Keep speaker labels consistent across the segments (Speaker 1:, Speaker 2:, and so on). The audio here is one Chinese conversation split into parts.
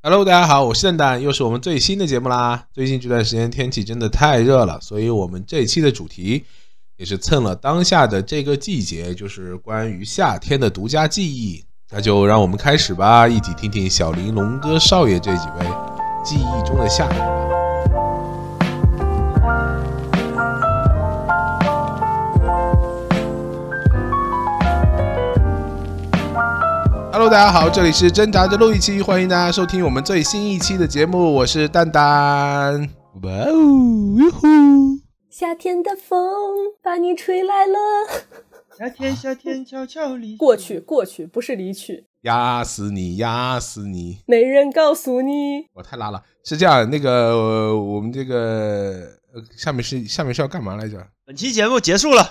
Speaker 1: Hello，大家好，我是蛋蛋，又是我们最新的节目啦。最近这段时间天气真的太热了，所以我们这一期的主题也是蹭了当下的这个季节，就是关于夏天的独家记忆。那就让我们开始吧，一起听听小玲、龙哥、少爷这几位记忆中的夏天吧。Hello，大家好，这里是挣扎着录一期，欢迎大家收听我们最新一期的节目，我是蛋蛋。哇哦，哟呼！
Speaker 2: 夏天的风把你吹来了。
Speaker 3: 夏天，夏天，悄悄离
Speaker 2: 过去，过去，不是离去。
Speaker 1: 压死你，压死你！
Speaker 2: 没人告诉你，
Speaker 1: 我太拉了。是这样，那个、呃我们这个、呃、下面是下面是要干嘛来着？
Speaker 3: 本期节目结束了，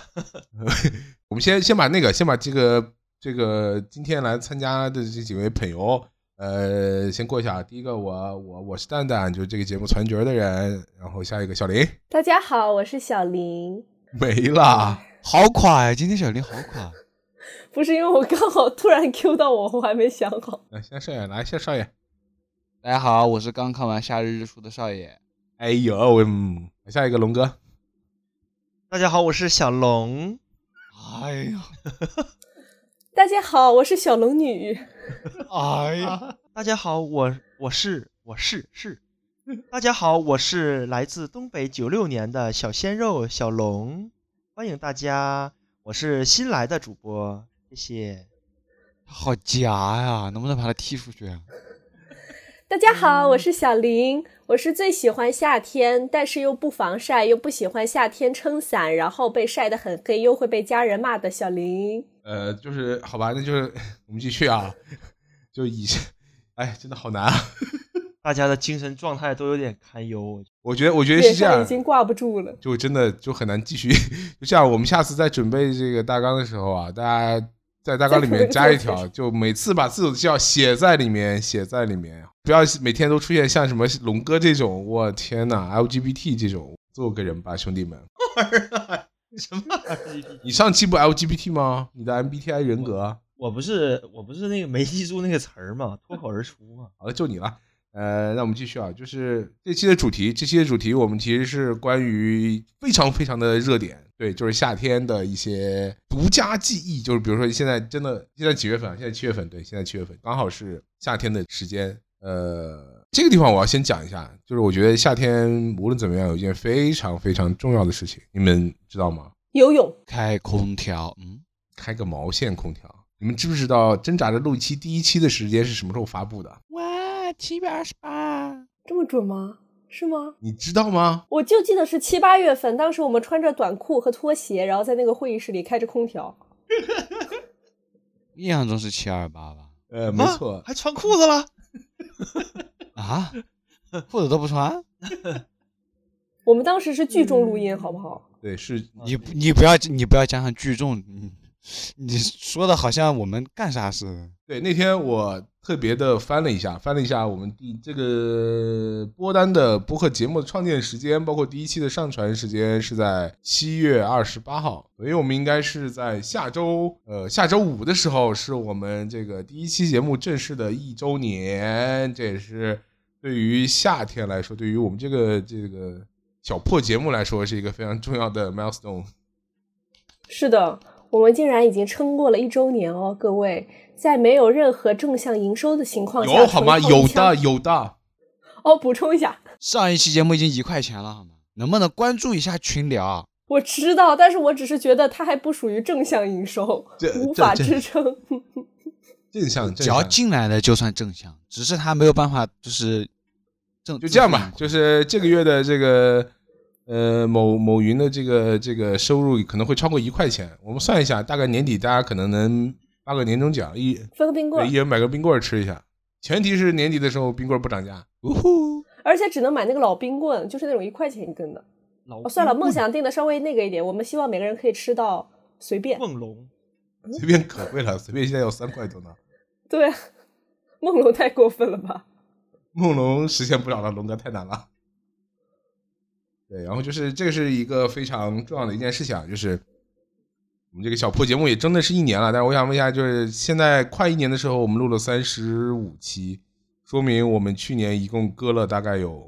Speaker 1: 我们先先把那个，先把这个这个今天来参加的这几位朋友，呃，先过一下。第一个我我我是蛋蛋，就是这个节目传角的人。然后下一个小林
Speaker 2: 大家好，我是小林。
Speaker 1: 没了，
Speaker 4: 好垮呀！今天小林好垮，
Speaker 2: 不是因为我刚好突然 Q 到我，我还没想好。
Speaker 1: 来先少爷来先少爷。
Speaker 4: 大家好，我是刚看完《夏日日出》的少爷。
Speaker 1: 哎呦，我嗯，下一个龙哥。
Speaker 3: 大家好，我是小龙。
Speaker 4: 哎呀，
Speaker 2: 大家好，我是小龙女。
Speaker 4: 哎呀，
Speaker 3: 啊、大家好，我我是我是是。大家好，我是来自东北九六年的小鲜肉小龙，欢迎大家，我是新来的主播，谢谢。
Speaker 4: 他好夹呀，能不能把他踢出去啊？
Speaker 2: 大家好，我是小林，我是最喜欢夏天，但是又不防晒，又不喜欢夏天撑伞，然后被晒得很黑，又会被家人骂的小林。
Speaker 1: 呃，就是好吧，那就是我们继续啊， 就以前，哎，真的好难啊！
Speaker 3: 大家的精神状态都有点堪忧，我觉
Speaker 1: 我觉得，我觉得
Speaker 2: 脸
Speaker 1: 是这
Speaker 2: 上已
Speaker 1: 样，
Speaker 2: 经挂不住了。
Speaker 1: 就真的就很难继续。 就这样，我们下次在准备这个大纲的时候啊，大家在大纲里面加一条，就每次把自己的介绍写在里面，写在里面，不要每天都出现像什么龙哥这种，我天呐 l g b t 这种，做个人吧，兄弟们！
Speaker 3: 得什么玩意儿
Speaker 1: 你上期不 LGBT 吗？你的 MBTI 人格，
Speaker 3: 我不是我不是那个没记住那个词儿嘛，脱口而出嘛。
Speaker 1: 好了，就你了。呃，那我们继续啊，就是这期的主题，这期的主题我们其实是关于非常非常的热点，对，就是夏天的一些独家记忆，就是比如说现在真的现在几月份啊？现在七月份，对，现在七月份刚好是夏天的时间。呃，这个地方我要先讲一下，就是我觉得夏天无论怎么样，有一件非常非常重要的事情，你们知道吗？
Speaker 2: 游泳，
Speaker 4: 开空调，嗯，
Speaker 1: 开个毛线空调。你们知不知道挣扎着录一期第一期的时间是什么时候发布的？
Speaker 4: 哇，七月二十八，
Speaker 2: 这么准吗？是吗？
Speaker 1: 你知道吗？
Speaker 2: 我就记得是七八月份，当时我们穿着短裤和拖鞋，然后在那个会议室里开着空调。
Speaker 4: 印象中是七二八吧？
Speaker 1: 呃，
Speaker 3: 什
Speaker 1: 没
Speaker 3: 么
Speaker 1: 错，
Speaker 3: 啊还穿裤子了？
Speaker 4: 啊，裤子都不穿？
Speaker 2: 我们当时是剧中录音，
Speaker 1: 嗯
Speaker 2: 好不好？
Speaker 1: 对，是
Speaker 4: 你不你不要你不要加上聚众，你 你说的好像我们干啥似的。
Speaker 1: 对，那天我特别的翻了一下，翻了一下我们第这个播单的播客节目的创建时间，包括第一期的上传时间是在七月二十八号，所以我们应该是在下周呃下周五的时候，是我们这个第一期节目正式的一周年，这也是对于夏天来说，对于我们这个这个小破节目来说，是一个非常重要的 milestone。
Speaker 2: 是的，我们竟然已经撑过了一周年哦，各位，在没有任何正向营收的情况下，
Speaker 1: 有好吗？
Speaker 2: 纯靠
Speaker 1: 有
Speaker 2: 一腔
Speaker 1: 的，有的。
Speaker 2: 哦，补充一下，
Speaker 4: 上一期节目已经一块钱了，好吗？能不能关注一下群聊？
Speaker 2: 我知道，但是我只是觉得它还不属于正向营收
Speaker 1: 这，
Speaker 2: 无
Speaker 1: 呃这
Speaker 2: 法
Speaker 1: 这
Speaker 2: 支撑。
Speaker 1: 正向，正
Speaker 4: 只要
Speaker 1: 向
Speaker 4: 进来了就算正向，只是他没有办法就是正
Speaker 1: 就这样吧，
Speaker 4: 正
Speaker 1: 就是这个月的这个呃某某云的这个这个收入可能会超过一块钱，我们算一下，大概年底大家可能能发个年终奖，一
Speaker 2: 分个冰棍
Speaker 1: 一，人买个冰棍儿吃一下，前提是年底的时候冰棍儿不涨价。
Speaker 4: 呜呼。
Speaker 2: 而且只能买那个老冰棍，就是那种一块钱一根的。
Speaker 3: 老
Speaker 2: 哦，算
Speaker 1: 嗯
Speaker 2: 了，梦想定的稍微那个一点，我们希望每个人可以吃到随便。
Speaker 3: 梦龙，
Speaker 2: 嗯
Speaker 1: 随便可贵了，随便现在要三块多呢。
Speaker 2: 对啊，梦龙太过分了吧？
Speaker 1: 梦龙实现不了了，龙哥太难了。对，然后就是这个是一个非常重要的一件事情啊，就是我们这个小破节目也真的是一年了，但是我想问一下，就是现在快一年的时候，我们录了三十五期，说明我们去年一共割了大概有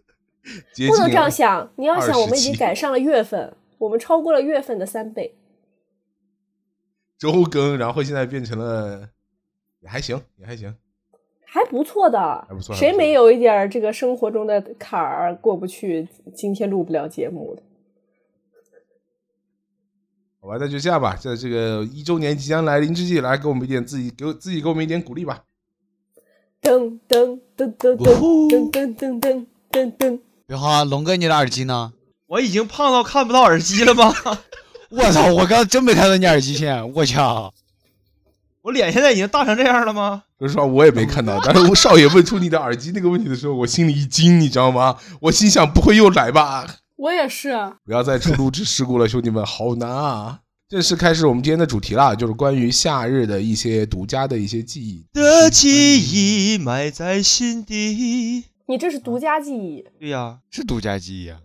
Speaker 1: 接近
Speaker 2: 不能这样想，你要
Speaker 1: 二
Speaker 2: 想
Speaker 1: 十
Speaker 2: 我们已经
Speaker 1: 期
Speaker 2: 赶上了月份，我们超过了月份的三倍。
Speaker 1: 周更，然后现在变成了也还行，也还行。
Speaker 2: 还不错的，
Speaker 1: 还不错还
Speaker 2: 谁
Speaker 1: 不错
Speaker 2: 没有一点儿这个生活中的坎儿过不去？今天录不了节目的，
Speaker 1: 好吧，那就这样吧，在这个一周年即将来临之际，来给我们一点自己给我自己给我们一点鼓励吧。
Speaker 2: 噔噔噔噔
Speaker 4: 呜
Speaker 2: 噔噔噔噔噔噔。
Speaker 4: 刘浩啊，龙哥，你的耳机呢？
Speaker 3: 我已经胖到看不到耳机了吗？
Speaker 4: 我操！我刚真没看到你耳机线，我操！
Speaker 3: 我脸现在已经大成这样了吗？
Speaker 1: 说实话，我也没看 到。但是我少爷问出你的耳机那个问题的时候，我心里一惊，你知道吗？我心想，不会又来吧？
Speaker 5: 我也是啊，
Speaker 1: 不要再出录制事故了，兄弟们，好难啊！正式开始我们今天的主题啦，就是关于夏日的一些独家的一些记忆。
Speaker 3: 的记忆埋在心底。
Speaker 2: 你这是独家记忆，
Speaker 3: 对呀、
Speaker 4: 是独家记忆啊，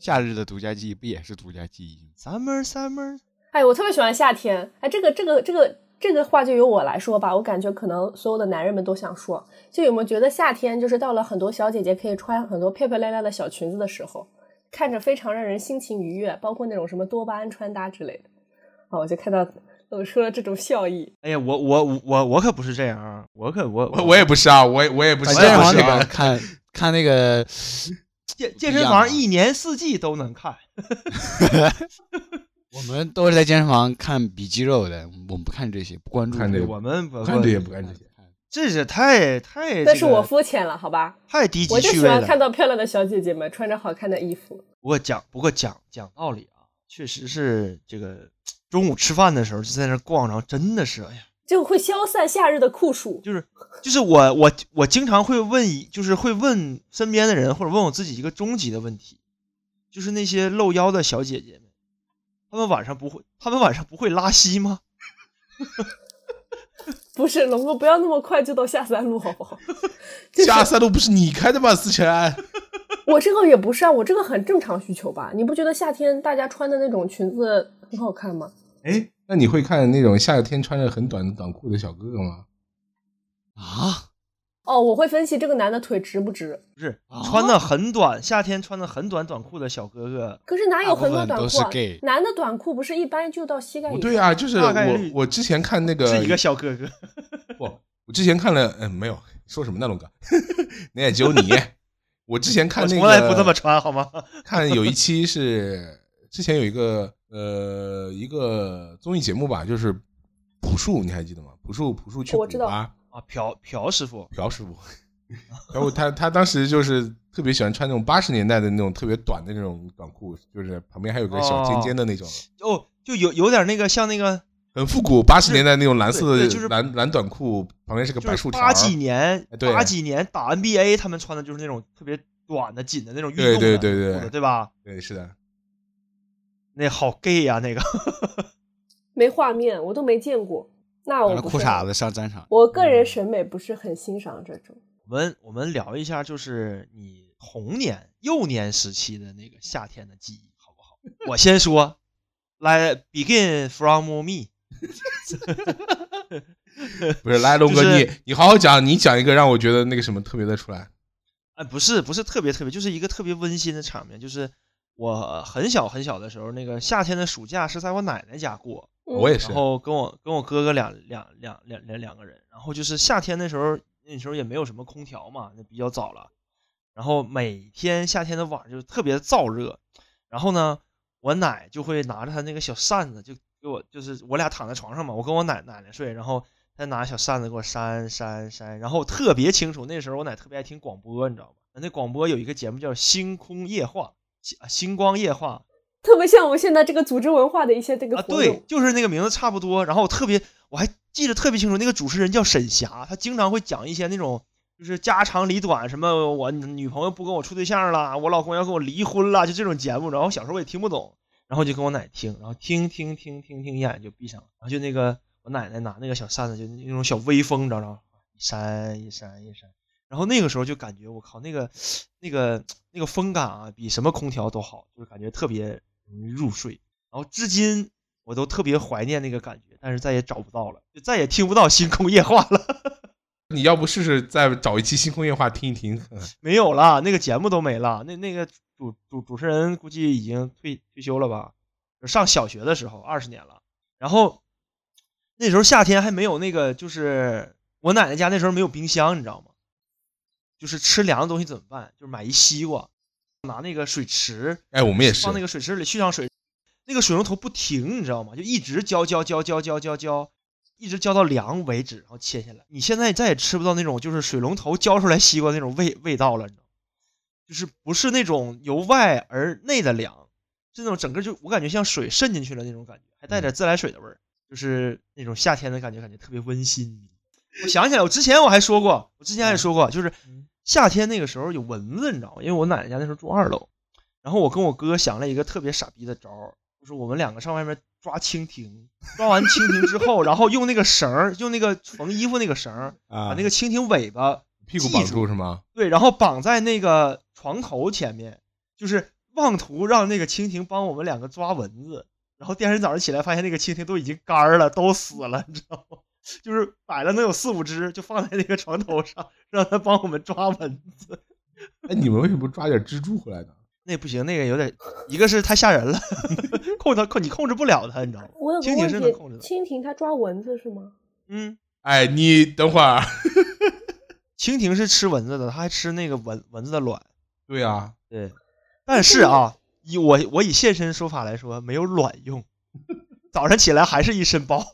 Speaker 4: 夏日的独家记忆不也是独家记忆吗？
Speaker 3: summer summer，
Speaker 2: 哎，我特别喜欢夏天。哎，这个这个这个这个话就由我来说吧，我感觉可能所有的男人们都想说，就有没有觉得夏天就是到了很多小姐姐可以穿很多漂漂亮亮的小裙子的时候，看着非常让人心情愉悦，包括那种什么多巴胺穿搭之类的。啊，我就看到露出了这种笑意。
Speaker 3: 哎呀，我我我我可不是这样啊，我可我
Speaker 1: 我我也不是啊，我也我也不是、啊，
Speaker 4: 在健身
Speaker 1: 我
Speaker 4: 房
Speaker 1: 也不
Speaker 4: 里
Speaker 1: 是
Speaker 4: 边
Speaker 1: 啊。
Speaker 4: 看看那个，
Speaker 3: 健健身房一年四季都能看。
Speaker 4: 我们都是在健身房看比肌肉的，我们不看这些，不关注
Speaker 1: 看这个
Speaker 3: 我们不
Speaker 1: 不看这些，不看这 些。
Speaker 3: 这是太太，
Speaker 2: 但是
Speaker 3: 这个
Speaker 2: 我肤浅了，好吧？
Speaker 3: 太低
Speaker 2: 我
Speaker 3: 级
Speaker 2: 就
Speaker 3: 趣
Speaker 2: 喜
Speaker 3: 味
Speaker 2: 欢
Speaker 3: 了。
Speaker 2: 看到漂亮的小姐姐们穿着好看的衣服。
Speaker 3: 不过讲不过讲讲道理啊，确实是这个中午吃饭的时候就在那儿逛，然后真的是哎呀，
Speaker 2: 就会消散夏日的酷暑。
Speaker 3: 就是就是我我我经常会问一，就是会问身边的人或者问我自己一个终极的问题，就是那些露腰的小姐姐们，她们晚上不会，她们晚上不会拉稀吗？
Speaker 2: 不是龙哥，不要那么快就到下三路，好不好？就是
Speaker 1: 下三路不是你开的吗，思辰？
Speaker 2: 我这个也不是啊，我这个很正常需求吧？你不觉得夏天大家穿的那种裙子很好看吗？
Speaker 1: 哎，那你会看那种夏天穿着很短的短裤的小哥哥吗？
Speaker 4: 啊，
Speaker 2: 哦，我会分析这个男的腿直不直，
Speaker 3: 不是
Speaker 4: 啊
Speaker 3: 穿的很短，夏天穿的很短短裤的小哥哥，
Speaker 2: 可是哪有很多
Speaker 4: 大
Speaker 2: 短
Speaker 4: 部分
Speaker 2: 裤啊
Speaker 4: 都是 gay？
Speaker 2: 男的短裤不是一般就到膝盖以
Speaker 1: 不
Speaker 2: 上？
Speaker 1: 对啊，就是
Speaker 3: 大概
Speaker 1: 我
Speaker 3: 率
Speaker 1: 我之前看那个
Speaker 3: 是一个小哥哥。
Speaker 1: 不， 我之前看了，嗯，没有说什么呢，龙哥， 那也只有你。我之前看那个，
Speaker 3: 我从来不这么穿好吗？
Speaker 1: 看有一期是之前有一个呃一个综艺节目吧，就是朴树，你还记得吗？朴树，朴树去古
Speaker 2: 我知道
Speaker 1: 巴，
Speaker 3: 啊，朴朴师傅，
Speaker 1: 朴师傅， 然后他他当时就是特别喜欢穿那种八十年代的那种特别短的那种短裤，就是旁边还有个小尖尖的那种，
Speaker 3: 哦，就有有点那个像那个
Speaker 1: 很复古，八十年代那种蓝色的
Speaker 3: 对对就是
Speaker 1: 蓝蓝短裤，旁边是个
Speaker 3: 就
Speaker 1: 白
Speaker 3: 是
Speaker 1: 竖条
Speaker 3: 八
Speaker 1: 儿。
Speaker 3: 几年
Speaker 1: 哎对
Speaker 3: 八几年打 NBA 他们穿的就是那种特别短的紧的那种运动
Speaker 1: 对
Speaker 3: 的
Speaker 1: 对对对
Speaker 3: 裤子
Speaker 1: 对
Speaker 3: 对吧？
Speaker 1: 对，是的，
Speaker 3: 那好 gay 呀、那个
Speaker 2: 没画面，我都没见过。那
Speaker 4: 穿
Speaker 2: 我
Speaker 4: 着
Speaker 2: 哦不
Speaker 4: 裤
Speaker 2: 是
Speaker 4: 衩子上战场。
Speaker 2: 我个人审美不是很欣赏这种。
Speaker 3: 我们我们聊一下，就是你童年幼年时期的那个夏天的记忆好不好？我先说，来 begin from me，
Speaker 1: 不是来龙哥，
Speaker 3: 就是
Speaker 1: 你你好好讲，你讲一个让我觉得那个什么特别的出来。
Speaker 3: 哎，不是不是特别特别，就是一个特别温馨的场面，就是我很小很小的时候，那个夏天的暑假是在我奶奶家过，
Speaker 2: 嗯
Speaker 1: 我也是
Speaker 3: 然，后跟我跟我哥哥两两两两两两个人，然后就是夏天的时候，那时候也没有什么空调嘛，那比较早了。然后每天夏天的晚上就特别燥热，然后呢，我奶就会拿着她那个小扇子，就给我就是我俩躺在床上嘛，我跟我奶奶奶睡，然后她拿小扇子给我扇扇扇，然后我特别清楚那时候我奶特别爱听广播，你知道吗？那广播有一个节目叫《星空夜话》，星星光夜话，
Speaker 2: 特别像我们现在这个组织文化的一些这个
Speaker 3: 啊，
Speaker 2: 活动。
Speaker 3: 对，就是那个名字差不多。然后我特别，我还记得特别清楚，那个主持人叫沈霞，她经常会讲一些那种就是家长里短，什么我女朋友不跟我处对象啦，我老公要跟我离婚啦，就这种节目。然后小时候我也听不懂，然后就跟我奶听，然后听听听听听，眼睛就闭上了。然后就那个我奶奶拿那个小扇子，就那种小微风，你知道吗？一扇一扇一扇。然后那个时候就感觉我靠，那个那个那个风感啊，比什么空调都好，就是感觉特别容易入睡。然后至今我都特别怀念那个感觉，但是再也找不到了，就再也听不到《星空夜话》了。
Speaker 1: 你要不试试再找一期《星空夜话》听一听？
Speaker 3: 没有了，那个节目都没了。那那个主主主持人估计已经退退休了吧？就上小学的时候，二十年了。然后那时候夏天还没有那个，就是我奶奶家那时候没有冰箱，你知道吗？就是吃凉的东西怎么办？就是买一西瓜，拿那个水池，
Speaker 1: 哎，我们也是
Speaker 3: 放，那个水池里蓄上水，那个水龙头不停，你知道吗？就一直浇浇浇浇浇浇浇，一直浇到凉为止，然后切下来。你现在再也吃不到那种就是水龙头浇出来西瓜那种味味道了，你知道吗？就是不是那种由外而内的凉，是那种整个就我感觉像水渗进去了那种感觉，还
Speaker 1: 嗯
Speaker 3: 带点自来水的味儿，就是那种夏天的感觉，感觉特别温馨。我想起来，我之前我还说过，我之前还
Speaker 1: 嗯
Speaker 3: 说过，就是夏天那个时候有蚊子，你知道吗？因为我奶奶家那时候住二楼，然后我跟我哥想了一个特别傻逼的招儿，就是我们两个上外面抓蜻蜓，抓完蜻蜓之后，然后用那个绳儿，用那个缝衣服那个绳儿，把
Speaker 1: 啊
Speaker 3: 那个蜻蜓尾巴
Speaker 1: 屁股绑
Speaker 3: 记
Speaker 1: 住是吗？
Speaker 3: 对，然后绑在那个床头前面，就是妄图让那个蜻蜓帮我们两个抓蚊子。然后第二天早上起来，发现那个蜻蜓都已经干儿了，都死了，你知道吗？ 就是摆了能有四五只，就放在那个床头上，让它帮我们抓蚊子。
Speaker 1: 哎，你们为什么不抓点蜘蛛回来呢？
Speaker 3: 那不行，那个有点，一个是太吓人了， 控制控你控制不了它，你知道吗？
Speaker 2: 我有个
Speaker 3: 蜻蜓
Speaker 2: 问
Speaker 3: 是
Speaker 2: 题
Speaker 3: 能控制，的
Speaker 2: 蜻蜓它抓蚊子是吗？
Speaker 3: 嗯，
Speaker 1: 哎，你等会儿，
Speaker 3: 蜻蜓是吃蚊子的，它还吃那个蚊蚊子的卵。
Speaker 1: 对啊，
Speaker 3: 对，但是啊，以我我以现身说法来说，没有卵用。 早上起来还是一身包，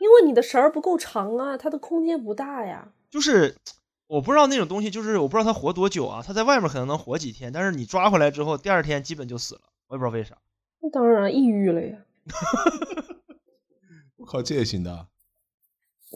Speaker 2: 因为你的绳儿不够长啊，它的空间不大呀。
Speaker 3: 就是我不知道那种东西，就是我不知道它活多久啊。它在外面可能能活几天，但是你抓回来之后，第二天基本就死了。我也不知道为啥。
Speaker 2: 那当然抑郁了呀，
Speaker 1: 我靠，这也行的。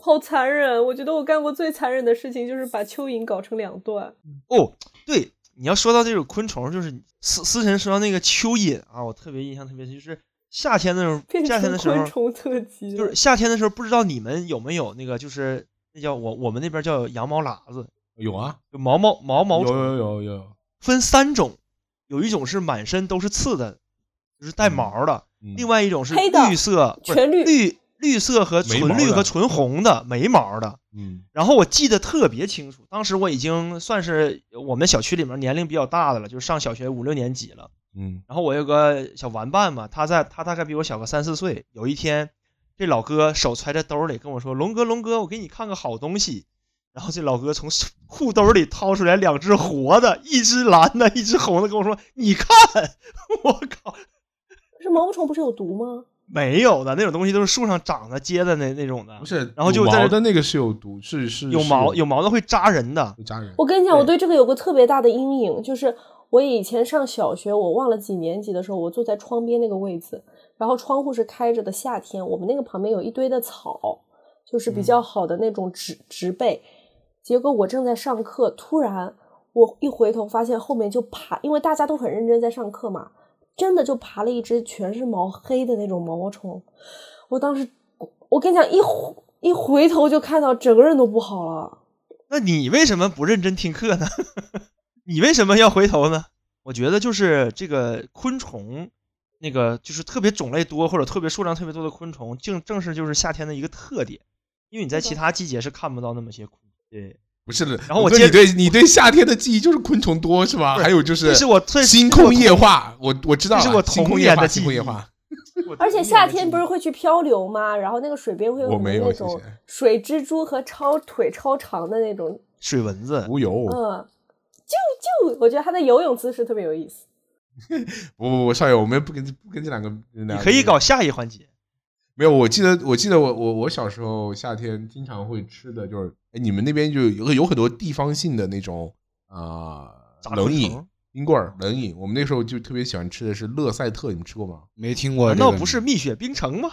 Speaker 2: 好残忍！我觉得我干过最残忍的事情就是把蚯蚓搞成两段。
Speaker 3: 哦，对，你要说到这种昆虫，就是你思思晨说到那个蚯蚓啊，我特别印象特别深，就是夏天的时候，
Speaker 2: 变
Speaker 3: 夏天
Speaker 2: 成
Speaker 3: 的时候
Speaker 2: 昆虫特辑了，
Speaker 3: 就是夏天的时候，不知道你们有没有那个，就是那叫我我们那边叫羊毛喇子，
Speaker 1: 有啊，
Speaker 3: 就毛毛毛毛
Speaker 1: 有
Speaker 3: 虫，
Speaker 1: 有有有，
Speaker 3: 分三种，有一种是满身都是刺的，就是带毛的；
Speaker 1: 嗯
Speaker 3: 另外一种是
Speaker 2: 黑的
Speaker 3: 绿色，不是
Speaker 2: 全绿
Speaker 3: 绿绿色和
Speaker 1: 没毛
Speaker 3: 纯绿
Speaker 1: 的
Speaker 3: 和纯红的没毛的。
Speaker 1: 嗯
Speaker 3: 然后我记得特别清楚，当时我已经算是我们小区里面年龄比较大的了，就是上小学五六年级了。
Speaker 1: 嗯
Speaker 3: 然后我有个小玩伴嘛，他在他大概比我小个三四岁。有一天，这老哥手揣在兜里跟我说：“龙哥，龙哥，我给你看个好东西。”然后这老哥从裤兜里掏出来两只活的，一只蓝的，一只红的，跟我说：“你看， 我靠，
Speaker 2: 可是毛毛虫不是有毒吗？
Speaker 3: 没有的那种东西都是树上长的、结的那那种的
Speaker 1: 不，是，
Speaker 3: 然后
Speaker 1: 嗯
Speaker 3: 就
Speaker 1: 有
Speaker 3: 在
Speaker 1: 毛
Speaker 3: 这
Speaker 1: 的那个是有毒，是是
Speaker 3: 有
Speaker 1: 是
Speaker 3: 毛有毛的会扎人的。
Speaker 1: 会扎人。
Speaker 2: 我跟你讲，
Speaker 3: 对
Speaker 2: 我对这个有个特别大的阴影，就是我以前上小学，我忘了几年级的时候，我坐在窗边那个位置，然后窗户是开着的，夏天我们那个旁边有一堆的草，就是比较好的那种植植被。结果我正在上课，突然我一回头发现后面就爬，因为大家都很认真在上课嘛，真的就爬了一只全是毛黑的那种毛毛虫。我当时，我跟你讲，一回一回头就看到，整个人都不好了。
Speaker 3: 那你为什么不认真听课呢？ 你为什么要回头呢？我觉得就是这个昆虫，那个就是特别种类多或者特别数量特别多的昆虫，正正是就是夏天的一个特点，因为你在
Speaker 2: 是的
Speaker 3: 其他季节是看不到那么些昆虫。对，
Speaker 1: 不是的，
Speaker 3: 然后我
Speaker 1: 哥
Speaker 3: 接
Speaker 1: 你对你对夏天的记忆就是昆虫多是吧？
Speaker 3: 不是
Speaker 1: 还有就是
Speaker 3: 这是我最
Speaker 1: 星空夜话，我我知道了，
Speaker 3: 这是我
Speaker 1: 星
Speaker 3: 童
Speaker 1: 空夜
Speaker 3: 年
Speaker 1: 话，
Speaker 3: 的
Speaker 1: 星
Speaker 3: 记
Speaker 1: 空夜
Speaker 3: 忆
Speaker 1: 话，
Speaker 3: 我
Speaker 2: 而且
Speaker 3: 童年
Speaker 2: 夏
Speaker 3: 的
Speaker 2: 天
Speaker 3: 记
Speaker 2: 不
Speaker 3: 忆
Speaker 2: 是会去漂流吗？然后那个水边会有
Speaker 1: 我
Speaker 2: 很
Speaker 1: 没
Speaker 2: 多
Speaker 1: 有
Speaker 2: 那
Speaker 1: 谢
Speaker 2: 种
Speaker 1: 谢
Speaker 2: 水蜘蛛和超腿超长的那种，
Speaker 3: 水蚊子，
Speaker 1: 无油。
Speaker 2: 嗯，啾啾，我觉得它的游泳姿势特别有意思。
Speaker 1: 不不不，少爷，我们不跟不跟这两个，
Speaker 3: 你
Speaker 1: 你
Speaker 3: 可以搞下一环节。
Speaker 1: 没有？我记得我记得我我我小时候夏天经常会吃的就是，哎，你们那边就有有很多地方性的那种啊、
Speaker 3: 炸
Speaker 1: 冷
Speaker 3: 昆
Speaker 1: 饮
Speaker 3: 虫、
Speaker 1: 冰棍儿、冷饮。我们那时候就特别喜欢吃的是乐赛特，你们吃过吗？
Speaker 4: 没听过
Speaker 3: 难
Speaker 1: 啊
Speaker 4: 这
Speaker 3: 道
Speaker 4: 个
Speaker 3: 不是
Speaker 4: 名
Speaker 3: 蜜雪冰城吗？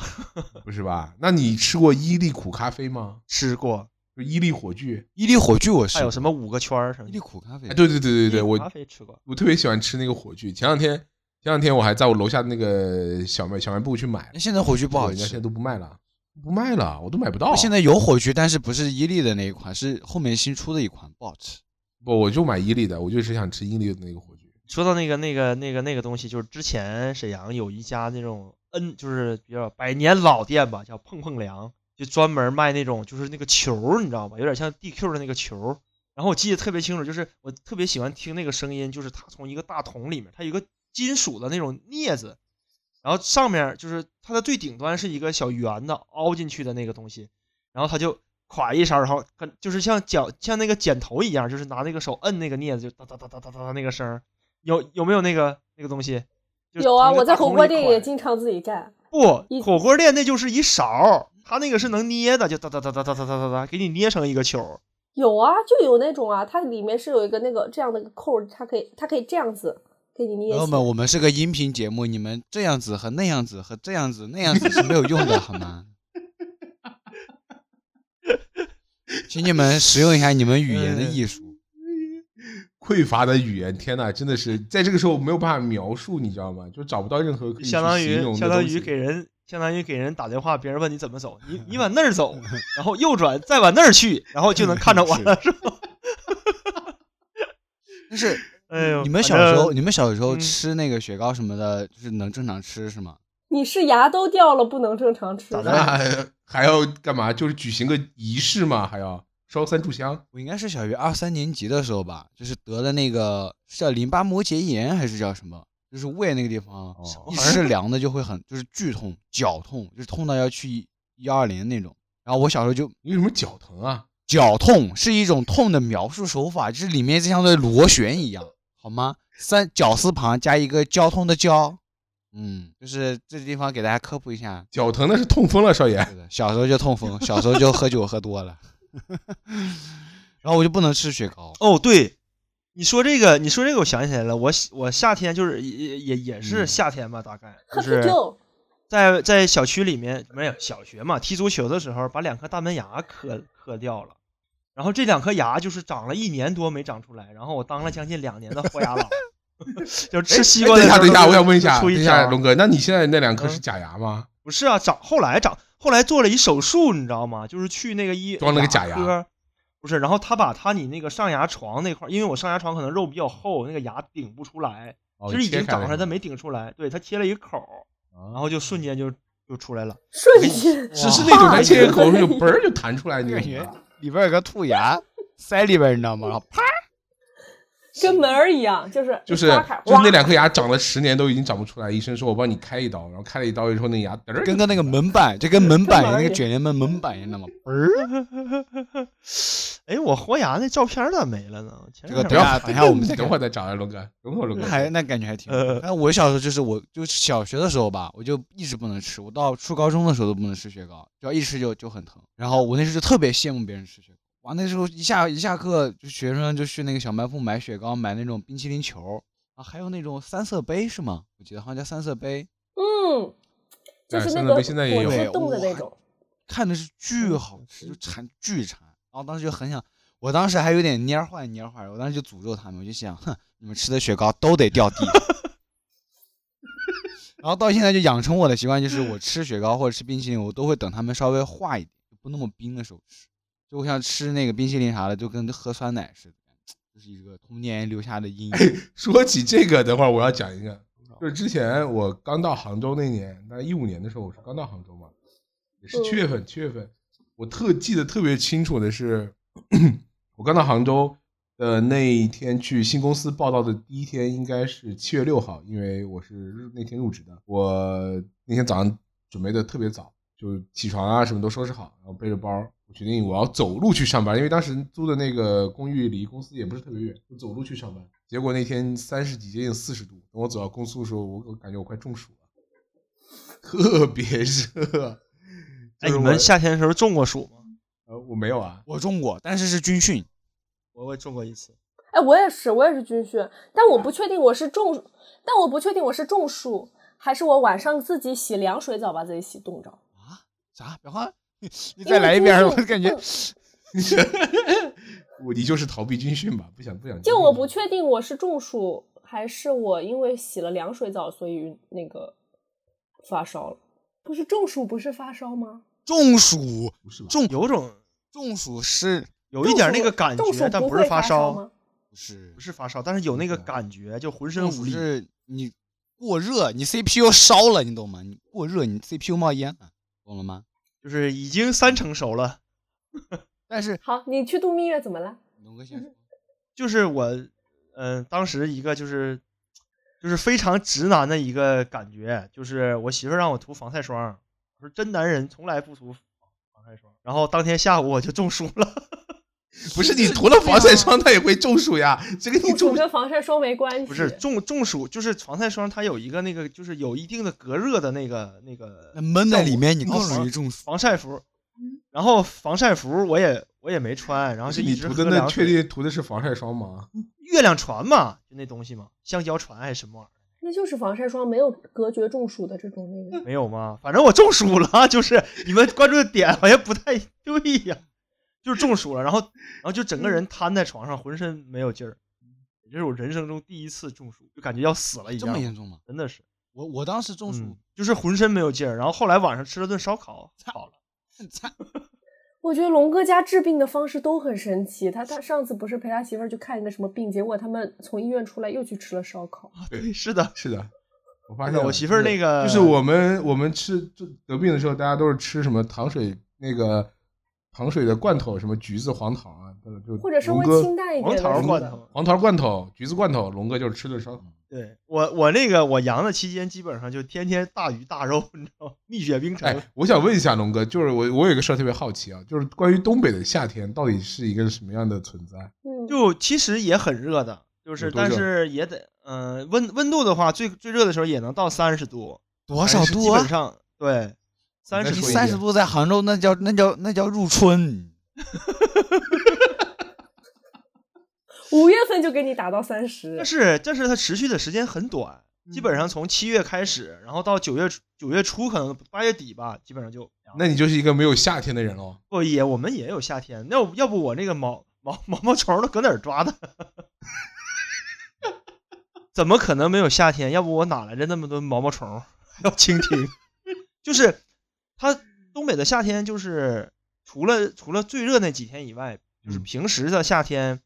Speaker 1: 不是吧？那你吃过伊利苦咖啡吗？
Speaker 3: 吃过，
Speaker 1: 就伊利火炬？
Speaker 4: 伊利火炬？我是
Speaker 3: 还有什么五个圈儿什么
Speaker 4: 伊
Speaker 3: 的
Speaker 4: 利苦咖啡？
Speaker 1: 哎，，对对对对对，
Speaker 3: 伊利
Speaker 1: 我
Speaker 3: 咖啡吃过。
Speaker 1: 我特别喜欢吃那个火炬。前两天前两天我还在我楼下那个小卖小卖部去买
Speaker 3: 哎
Speaker 4: 那，现在火炬不好
Speaker 1: 人家现在
Speaker 4: 吃。
Speaker 1: 都不卖了，不卖了，我都买不到。
Speaker 4: 现在有火炬，但是不是伊利的那一款，是后面新出的一款，不好吃。
Speaker 1: 不，我就买伊利的，我就是想吃伊利的那个火炬。
Speaker 3: 说到那个那个那个那个东西，就是之嗯前沈阳有一家那种 N，就是比较百年老店吧，叫碰碰凉，就专门卖那种就是那个球儿，你知道吧？有点像 DQ 的那个球儿。然后我记得特别清楚，就是我特别喜欢听那个声音，就是它从一个大桶里面，它有一个金属的那种镊子，然后上面就是它的最顶端是一个小圆的凹进去的那个东西，然后它就垮一勺，然后跟就是像绞像那个剪头一样，就是拿那个手摁那个镊子，就哒哒哒哒哒哒哒那个声儿。有有没有那个那个东西？就是
Speaker 2: 有啊，
Speaker 3: 从那
Speaker 2: 我在
Speaker 3: 大桶
Speaker 2: 火锅
Speaker 3: 里
Speaker 2: 店
Speaker 3: 垮
Speaker 2: 也经常自己干。
Speaker 3: 不
Speaker 2: 一，
Speaker 3: 火锅店那就是一勺儿，它那个是能捏的，就哒哒哒哒哒哒哒哒哒，给你捏成一个球儿。
Speaker 2: 有啊，就有那种啊，它里面是有一个那个这样的一个扣儿，它可以它可以这样子给你捏
Speaker 4: 朋
Speaker 2: 起
Speaker 4: 友
Speaker 2: 来
Speaker 4: 们，。我们是个音频节目，你们这样子和那样子和这样子那样子是没有用的，好 吗？请你们使用一下你们语言的艺术。
Speaker 1: 匮乏的语言，天呐，真的是在这个时候没有办法描述，你知道吗？就找不到任何可以去
Speaker 3: 相当
Speaker 1: 形
Speaker 3: 于
Speaker 1: 容的
Speaker 3: 相当
Speaker 1: 东西
Speaker 3: 于给人相当于给人打电话，别人问你怎么走，你你往那儿走，然后右转，再往那儿去，然后就能看着我了，是吧？
Speaker 4: 但是
Speaker 3: 哎 呦，
Speaker 4: 你们小
Speaker 3: 反
Speaker 4: 时候，
Speaker 3: 正
Speaker 4: 你们小时候
Speaker 3: 嗯
Speaker 4: 吃那个雪糕什么的，就是能正常吃是吗？
Speaker 2: 你是牙都掉了，不能正常吃
Speaker 3: 咋的
Speaker 2: 的。
Speaker 1: 那 还要干嘛？就是举行个仪式嘛，还要烧三炷香。
Speaker 4: 我应该是小学二三年级的时候吧，就是得了那个是叫淋巴膜结炎还是叫什么，就是胃那个地方，
Speaker 1: 哦
Speaker 4: 一吃凉的就会很就是剧痛、绞痛，就是痛到要去幺二零那种。然后我小时候就
Speaker 1: 你为什么脚疼啊？
Speaker 4: 绞痛是一种痛的描述手法，就是里面就像在螺旋一样，好吗？三绞丝旁加一个交通的交，嗯，就是这地方给大家科普一下。
Speaker 1: 脚疼那是痛风了，少爷。
Speaker 4: 对的，小时候就痛风，小时候就喝酒喝多了， 然后我就不能吃雪糕。
Speaker 3: 哦，对，你说这个，你说这个，我想起来了，我喜我夏天就是也也也是
Speaker 4: 嗯
Speaker 3: 夏天吧，大概
Speaker 2: 喝
Speaker 3: 就
Speaker 2: 啤
Speaker 3: 是
Speaker 2: 酒，
Speaker 3: 在在小区里面没有小学嘛，踢足球的时候把两颗大门牙磕磕掉了，然后这两颗牙就是长了一年多没长出来，然后我当了将近两年的豁 牙佬，就是吃西瓜
Speaker 1: 哎
Speaker 3: 的
Speaker 1: 等一下，
Speaker 3: 时候
Speaker 1: 等一下，我想问一
Speaker 3: 就
Speaker 1: 下，
Speaker 3: 出
Speaker 1: 等
Speaker 3: 一
Speaker 1: 一
Speaker 3: 条
Speaker 1: 下，龙哥，那你现在那两颗
Speaker 3: 嗯
Speaker 1: 是假牙吗？
Speaker 3: 不是啊，长后来长后来做了一手术，你知道吗？就是去那个医
Speaker 1: 装了个假牙
Speaker 3: 科，不是，然后他把他你那个上牙床那块儿，因为我上牙床可能肉比较厚，那个牙顶不出来，
Speaker 1: 哦
Speaker 3: 其实已经长出来，但。
Speaker 1: 你切
Speaker 3: 没顶出来，对他切了一个口儿，
Speaker 1: 开了
Speaker 3: 然后就瞬间就就出来了。
Speaker 2: 瞬间
Speaker 1: 是是
Speaker 3: 哇
Speaker 1: 那种他切
Speaker 2: 哇
Speaker 1: 个口就嘣儿就弹出来那
Speaker 4: 感
Speaker 1: 种
Speaker 4: 觉
Speaker 1: 的。
Speaker 4: 里边有个兔牙塞里边，你知道吗？然后啪，
Speaker 2: 跟门儿一样，就是
Speaker 1: 就是
Speaker 2: 一刷卡
Speaker 1: 就是那
Speaker 2: 哇
Speaker 1: 两颗牙长了十年都已经长不出来，医生说我帮你开一刀，然后开了一刀以后那牙嘚儿
Speaker 4: 跟个那个门板，就跟门板
Speaker 2: 跟门儿一
Speaker 4: 那
Speaker 2: 样
Speaker 4: 个卷帘门门板一样的嘛，嘣儿。
Speaker 3: 哎，我豁牙那照片咋没了呢？前
Speaker 4: 这个
Speaker 1: 等一 下
Speaker 3: 两天
Speaker 4: 等一下我们再看
Speaker 1: 等会儿再找啊，龙哥，等会儿龙哥
Speaker 4: 那。还那感觉还挺好。
Speaker 3: 呃
Speaker 4: 但哎我小时候就是我，就小学的时候吧，我就一直不能吃，我到初高中的时候都不能吃雪糕，只要一吃就就很疼。然后我那时候就特别羡慕别人吃雪糕，哇，那时候一下一下课，就学生就去那个小卖部买雪糕，买那种冰淇淋球啊，还有那种三色杯是吗？我记得好像叫三色杯，
Speaker 2: 嗯，就
Speaker 1: 哎
Speaker 2: 是那
Speaker 1: 现在
Speaker 2: 个
Speaker 1: 微信那也
Speaker 2: 果
Speaker 1: 有
Speaker 2: 汁冻的那
Speaker 4: 哇
Speaker 2: 种。
Speaker 4: 看的是巨好吃，就馋巨馋。然后当时就很想，我当时还有点蔫儿坏蔫儿坏，我当时就诅咒他们，我就想，哼，你们吃的雪糕都得掉地。 然后到现在就养成我的习惯，就是我吃雪糕或者吃冰淇淋，我都会等它们稍微化一点，就不那么冰的时候吃。就我想吃那个冰淇淋啥的，就跟喝酸奶似的，就是一个童年留下的阴 影。
Speaker 1: 说起这个，等会儿我要讲一个，就是之前我刚到杭州那年，那一五年的时候，我是刚到杭州嘛，也是
Speaker 2: 嗯
Speaker 1: 七月份，七月份，我特记得特别清楚的是， 我刚到杭州的呃那一天去新公司报道的第一天，应该是七月六号，因为我是日那天入职的，我那天早上准备的特别早，就起床啊什么都收拾好，然后背着包，我决定我要走路去上班，因为当时租的那个公寓离公司也不是特别远，就走路去上班。结果那天三十几，接近四十度，等我走到公司的时候，我我感觉我快中暑了， 特别热。就
Speaker 3: 哎，
Speaker 1: 是
Speaker 3: 你
Speaker 1: 我
Speaker 3: 们夏天的时候中过暑吗？
Speaker 1: 呃我没有啊，
Speaker 4: 我中过，但是是军训。
Speaker 3: 我我中过一次。
Speaker 2: 哎，我也是，我也是军训，但我不确定我是中，但我不确定我是中暑还是我晚上自己洗凉水澡把自己洗冻着。
Speaker 4: 啊啥？表花， 你你
Speaker 2: 因为
Speaker 4: 再来一
Speaker 2: 军
Speaker 4: 遍，
Speaker 2: 训
Speaker 4: 我感觉
Speaker 2: 嗯
Speaker 1: 我你就是逃避军训吧，不想不想。
Speaker 2: 就我不确定我是中暑还是我因为洗了凉水澡所以那个发烧了。不是中暑不是发烧吗？
Speaker 4: 中暑，
Speaker 1: 不是吧？
Speaker 4: 中
Speaker 3: 有种
Speaker 4: 中暑是
Speaker 3: 有一点那个感
Speaker 2: 中暑
Speaker 3: 觉，但
Speaker 2: 不
Speaker 3: 不是
Speaker 2: 会
Speaker 3: 发
Speaker 2: 烧
Speaker 3: 烧，
Speaker 2: 吗？
Speaker 4: 不是
Speaker 3: 不是发烧，但是有那个
Speaker 1: 对啊
Speaker 3: 感觉，就浑身
Speaker 4: 中
Speaker 3: 无
Speaker 4: 暑
Speaker 3: 力。
Speaker 4: 是你过热，你 CPU 啊烧了，你懂吗？你过热，你 CPU 冒烟了，懂了吗？
Speaker 3: 就是已经三成熟了。
Speaker 4: 但是
Speaker 2: 好，你去度蜜月怎么了？
Speaker 4: 龙哥先说，
Speaker 3: 就是我，嗯、当时一个就是就是非常直男的一个感觉，就是我媳妇儿让我涂防晒霜，我说真男人从来不涂防晒霜，然后当天下午我就中暑了。
Speaker 1: 不是你啊涂了防晒霜，它也会中暑呀。这跟你
Speaker 2: 中暑
Speaker 1: 中
Speaker 2: 跟防晒霜没关系，
Speaker 3: 不是中中暑，就是防晒霜，它有一个那个，就是有一定的隔热的那个那个
Speaker 4: 那闷在
Speaker 3: 效果
Speaker 4: 里面你
Speaker 3: 然
Speaker 4: 更
Speaker 3: 后
Speaker 4: 容易中暑。
Speaker 3: 防晒服，然后防晒服我也我也没穿，然后
Speaker 1: 不
Speaker 3: 就是一
Speaker 1: 你
Speaker 3: 直
Speaker 1: 涂
Speaker 3: 喝
Speaker 1: 的那
Speaker 3: 凉
Speaker 1: 确
Speaker 3: 水。
Speaker 1: 定涂的是防晒霜吗？
Speaker 3: 月亮船嘛，就那东西嘛，香蕉船还是什么玩意
Speaker 2: 那就是防晒霜，没有隔绝中暑的这种那
Speaker 3: 儿？
Speaker 2: 个。
Speaker 3: 没有吗？反正我中暑了， 就是你们关注的点好像不太对呀，就是中暑了，然后然后就整个人瘫在床上，浑身没有劲儿，也就是我人生中第一次中暑，就感觉要死了一
Speaker 4: 这
Speaker 3: 样
Speaker 4: 么，严重吗？
Speaker 3: 真的是
Speaker 4: 我我当时中暑
Speaker 3: 嗯，就是浑身没有劲儿。然后后来晚上吃了顿烧烤，好了。
Speaker 2: 我觉得龙哥家治病的方式都很神奇。他他上次不是陪他媳妇儿去看一个什么病，结果他们从医院出来又去吃了烧烤。
Speaker 3: 对， 是的，
Speaker 1: 是的，我发
Speaker 3: 是
Speaker 1: 现
Speaker 3: 的
Speaker 1: 了
Speaker 3: 我媳妇儿那个
Speaker 1: 就是我们我们吃就得病的时候，大家都是吃什么糖水那个糖水的罐头，什么橘子、黄桃啊，都就
Speaker 2: 或者稍
Speaker 1: 龙
Speaker 2: 微
Speaker 1: 哥
Speaker 2: 清淡一
Speaker 3: 黄
Speaker 2: 点的
Speaker 3: 桃
Speaker 2: 是
Speaker 3: 罐
Speaker 2: 吧
Speaker 3: 头。
Speaker 1: 黄桃罐头、橘子罐头，龙哥就是吃的烧烤。
Speaker 3: 对我，我那个我阳的期间，基本上就天天大鱼大肉，你知道吗？蜜雪冰城。
Speaker 1: 哎，我想问一下龙哥，就是我我有一个事儿特别好奇啊，就是关于东北的夏天到底是一个什么样的存在？
Speaker 2: 嗯，
Speaker 3: 就其实也很热的，就是
Speaker 1: 有多
Speaker 3: 但
Speaker 1: 热
Speaker 3: 是也得，嗯、温温度的话，最最热的时候也能到三十度，
Speaker 4: 多少
Speaker 3: 但是
Speaker 4: 度
Speaker 3: 基本
Speaker 4: 啊？
Speaker 3: 上对，三
Speaker 1: 再
Speaker 3: 十
Speaker 1: 说
Speaker 4: 你
Speaker 3: 度
Speaker 1: 一遍
Speaker 3: 以
Speaker 4: 三十度在杭州那叫那叫那叫入春，
Speaker 2: 五月份就给你打到三十
Speaker 3: 但，是但是它持续的时间很短，基本上从七月开始，然后到九月初九月初可能八月底吧，基本上就
Speaker 1: 那你就是一个没有夏天的人哦喽。
Speaker 3: 不也我们也有夏天，那我要不我那个毛毛毛毛虫都搁哪儿抓的？ 怎么可能没有夏天？要不我哪来的那么多毛毛 虫？还有蜻蜓，就是它东北的夏天，就是除了除了最热那几天以外，就是
Speaker 1: 嗯
Speaker 3: 平时的夏天，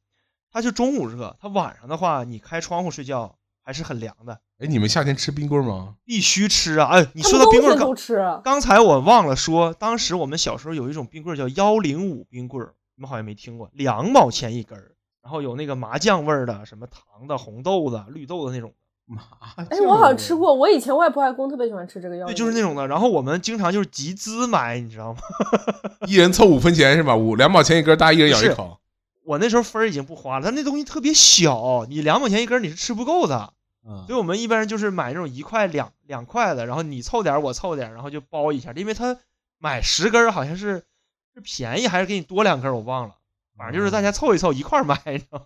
Speaker 3: 它就中午热，它晚上的话，你开窗户睡觉还是很凉的，
Speaker 1: 哎，你们夏天吃冰棍吗？
Speaker 3: 必须吃啊！哎，你
Speaker 2: 他
Speaker 3: 说
Speaker 2: 们冬
Speaker 3: 到冰棍
Speaker 2: 天
Speaker 3: 儿刚
Speaker 2: 都吃。啊
Speaker 3: 刚才我忘了说，当时我们小时候有一种冰棍儿叫幺零五冰棍儿，你们好像没听过，两毛钱一根儿，然后有那个麻酱味儿的，什么糖的、红豆的、绿豆的那种，
Speaker 1: 麻
Speaker 3: 啊
Speaker 2: 哎，我好像吃。过，我以前外婆外公特别喜欢吃这个药。
Speaker 3: 对，就是那种的。然后我们经常就是集资买，你知道吗？
Speaker 1: 一人凑五分钱是吧？五两毛钱一根，大家一人咬一
Speaker 3: 不是
Speaker 1: 口。
Speaker 3: 我那时候分儿已经不花了，但那东西特别小，你两毛钱一根儿你是吃不够的，
Speaker 1: 嗯
Speaker 3: 所以我们一般就是买那种一块两两块的，然后你凑点儿我凑点儿，然后就包一下，因为他买十根儿好像是是便宜还是给你多两根儿，我忘了，反正就是大家凑一凑一块儿买，你知道吗？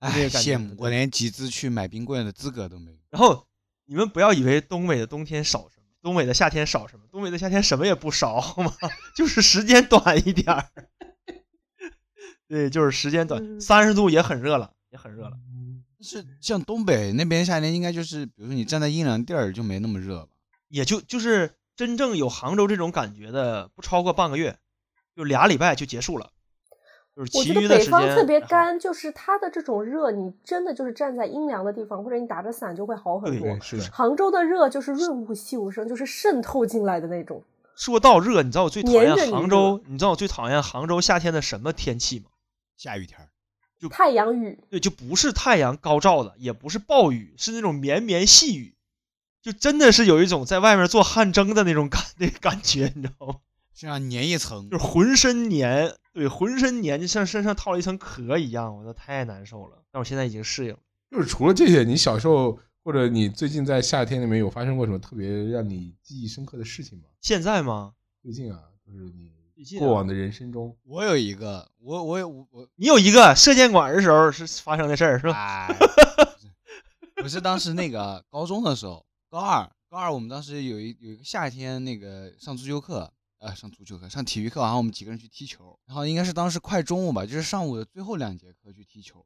Speaker 4: 哎
Speaker 3: 那个，感觉
Speaker 4: 羡慕！我连集资去买冰棍的资格都没有。
Speaker 3: 然后你们不要以为东北的冬天少什么，东北的夏天少什么，东北的夏天什么也不少，好吗？ 就是时间短一点儿。 对，就是时间短，
Speaker 2: 嗯
Speaker 3: 三十度也很热了，也很热了。
Speaker 4: 是像东北那边夏天，应该就是比如说你站在阴凉地儿就没那么热吧？
Speaker 3: 也就就是真正有杭州这种感觉的，不超过半个月，就俩礼拜就结束了。就是
Speaker 2: 我
Speaker 3: 其
Speaker 2: 觉得
Speaker 3: 余的
Speaker 2: 北
Speaker 3: 时间啊
Speaker 2: 方特别
Speaker 3: 还好，
Speaker 2: 干，就是它的这种热，你真的就是站在阴凉的地方，或者你打着伞就会好很多
Speaker 1: 对，。是的。
Speaker 2: 杭州的热就是润物细无声，就是渗透进来的那种。
Speaker 3: 说到热，你知道我最讨
Speaker 2: 黏着
Speaker 3: 厌
Speaker 2: 你
Speaker 3: 杭州，你知道我最讨厌杭州夏天的什么天气吗？
Speaker 4: 下雨天儿，
Speaker 2: 太阳雨，
Speaker 3: 对，就不是太阳高照的，也不是暴雨，是那种绵绵细雨，就真的是有一种在外面做汗蒸的那种感那个感觉，你知道吗？
Speaker 4: 身上粘一层
Speaker 3: 就，是浑身黏，对，浑身黏，就像身上套了一层壳一样，我都太难受了。但我现在已经适应了。
Speaker 1: 就是除了这些，你小时候或者你最近在夏天里面有发生过什么特别让你记忆深刻的事情吗？
Speaker 3: 现在吗？
Speaker 1: 最近啊，就是你
Speaker 3: 最近啊
Speaker 1: 过往的人生中，
Speaker 4: 我有一个，我我有我我，
Speaker 3: 你有一个射箭馆的时候是发生的事儿是吧？
Speaker 4: 哎，我是当时那个高中的时候，高二高二我们当时有一有一个夏天那个上足球课，呃，上足球课上体育课，然后我们几个人去踢球，然后应该是当时快中午吧，就是上午的最后两节课去踢球，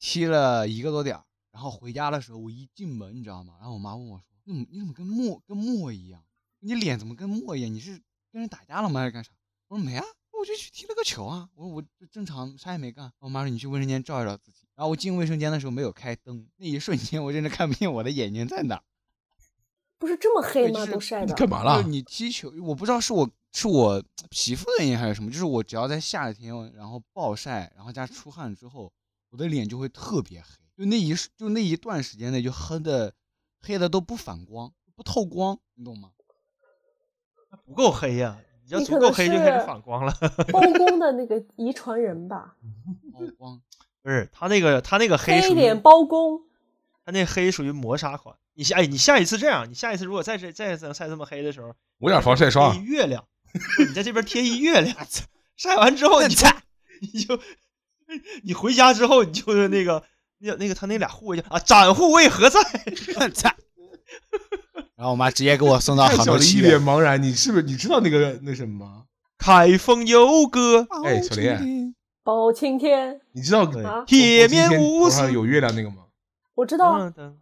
Speaker 4: 踢了一个多点儿，然后回家的时候我一进门你知道吗？然后我妈问我说，你怎么你怎么跟墨跟墨一样？你脸怎么跟墨一样？你是跟人打架了吗？还是干啥？我说没啊，我就去踢了个球啊，我说我就正常啥也没干。我妈说你去卫生间照一照自己。然后我进卫生间的时候没有开灯，那一瞬间我真的看不见我的眼睛在哪儿。
Speaker 2: 不是这么黑
Speaker 4: 对
Speaker 2: 吗？
Speaker 4: 就是
Speaker 2: 都晒
Speaker 1: 你
Speaker 2: 的。
Speaker 1: 干嘛
Speaker 4: 就
Speaker 1: 了
Speaker 4: 是？你踢球，我不知道是我是我皮肤的原因还是什么？就是我只要在夏天，然后暴晒，然后加出汗之后，我的脸就会特别黑，就那一就那一段时间内就黑的黑的都不反光，不透光，你懂吗？
Speaker 3: 不够黑呀、你要
Speaker 2: 你
Speaker 3: 足
Speaker 2: 可
Speaker 3: 够
Speaker 2: 能
Speaker 3: 黑就开始
Speaker 2: 是
Speaker 3: 反光了。
Speaker 2: 包公的那个遗传人吧，
Speaker 4: 透光，
Speaker 3: 不是，他那个他那个 黑
Speaker 2: 黑
Speaker 3: 属于
Speaker 2: 脸包公，
Speaker 3: 他那黑属于磨砂款。你下哎，你下一次这样，你下一次如果再这再再晒这么黑的时候，
Speaker 1: 抹点防晒
Speaker 3: 贴一
Speaker 1: 霜，啊
Speaker 3: 月亮，不是你在这边贴一月亮， 晒完之后你就你就你回家之后你就是那个那那个他那俩护卫叫啊，展护卫何在？
Speaker 4: 然后我妈直接给我送到
Speaker 1: 看
Speaker 4: 杭
Speaker 1: 小
Speaker 4: 州
Speaker 1: 林
Speaker 4: 七
Speaker 1: 一
Speaker 4: 院
Speaker 1: 脸。茫然，你是不是你知道那个那什么吗？
Speaker 3: 开封游歌，
Speaker 1: 哎小
Speaker 4: 哦
Speaker 1: 林
Speaker 2: 包青天
Speaker 1: 你知道
Speaker 3: 对
Speaker 2: 啊，
Speaker 3: 铁
Speaker 1: 我今天
Speaker 3: 面无
Speaker 1: 头
Speaker 3: 私
Speaker 1: 上。有月亮那个吗？
Speaker 2: 我知道，
Speaker 3: 等等，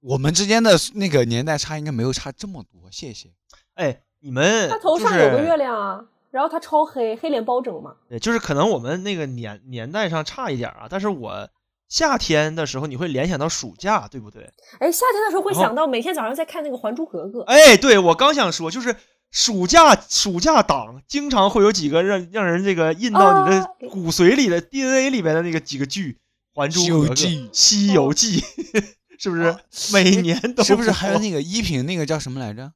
Speaker 4: 我们之间的那个年代差应该没有差这么多，谢谢。
Speaker 3: 哎，你们
Speaker 2: 他头上
Speaker 3: 就是
Speaker 2: 有个月亮啊，然后他超黑，黑脸包拯嘛，
Speaker 3: 对，哎就是可能我们那个年年代上差一点儿啊，但是我夏天的时候你会联想到暑假，对不对？
Speaker 2: 哎，夏天的时候会
Speaker 3: 然后
Speaker 2: 想到每天早上在看那个《还珠格格》，
Speaker 3: 哎，对我刚想说，就是暑假暑假档经常会有几个让让人这个印到你
Speaker 2: 啊
Speaker 3: 的骨髓里的 DNA 里面的那个几个剧，《还珠
Speaker 4: 西游
Speaker 3: 格格》
Speaker 4: 记
Speaker 3: 《西游记》 是不是每年都
Speaker 4: 是不是还有
Speaker 3: 播
Speaker 4: 那个依萍那个叫什么来着？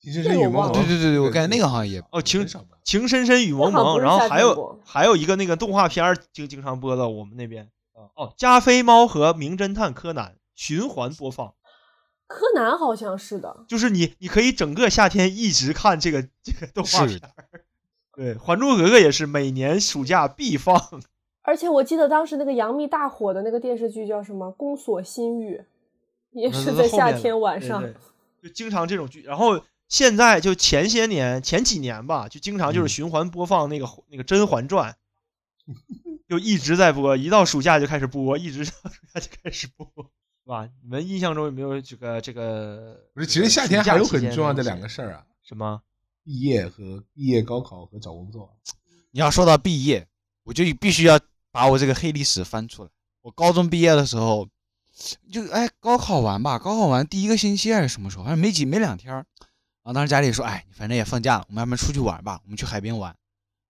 Speaker 1: 情深
Speaker 2: 这
Speaker 1: 深
Speaker 2: 个
Speaker 1: 雨
Speaker 2: 我
Speaker 1: 蒙
Speaker 2: 忘
Speaker 1: 蒙，
Speaker 2: 了
Speaker 4: 对对对对，我感觉那个好像也
Speaker 3: 哦情
Speaker 1: 很少吧
Speaker 3: 情深深雨蒙
Speaker 2: 那好像
Speaker 3: 蒙，
Speaker 2: 不是
Speaker 3: 然后
Speaker 2: 夏
Speaker 3: 还
Speaker 2: 天
Speaker 3: 有
Speaker 2: 播
Speaker 3: 还有一个那个动画片儿经经常播到我们那边啊哦，《加菲猫和名侦探柯南》循环播放，
Speaker 2: 柯南好像是的，
Speaker 3: 就是你你可以整个夏天一直看这个这个动画
Speaker 4: 是
Speaker 3: 片儿。对，《还珠格格》也是每年暑假必放。
Speaker 2: 而且我记得当时那个杨幂大火的那个电视剧叫什么《宫锁心玉》，也
Speaker 3: 那
Speaker 2: 是
Speaker 3: 都
Speaker 2: 在
Speaker 3: 后
Speaker 2: 夏
Speaker 3: 面了
Speaker 2: 天晚
Speaker 3: 对
Speaker 2: 上。
Speaker 3: 对就经常这种剧。然后现在就前些年、前几年吧，就经常就是
Speaker 1: 嗯
Speaker 3: 循环播放那个、那个《甄嬛传》，就一直在播，一到暑假就开始播，一直到暑假就开始播，是吧？你们印象中有没有这个这个？
Speaker 1: 不是，
Speaker 3: 这
Speaker 1: 其
Speaker 3: 个
Speaker 1: 实夏
Speaker 3: 暑
Speaker 1: 天
Speaker 3: 假
Speaker 1: 还有
Speaker 3: 期
Speaker 1: 很
Speaker 3: 间
Speaker 1: 重要的
Speaker 3: 一些
Speaker 1: 两个事儿啊，
Speaker 3: 什么？
Speaker 1: 毕业和毕业高考和找工作。啊
Speaker 4: 你要说到毕业，我就必须要把我这个黑历史翻出来。我高中毕业的时候，就哎高考完吧，高考完第一个星期还是什么时候，反正没几没两天儿。然后当时家里说，哎，反正也放假了，我们要不然出去玩吧，我们去海边玩。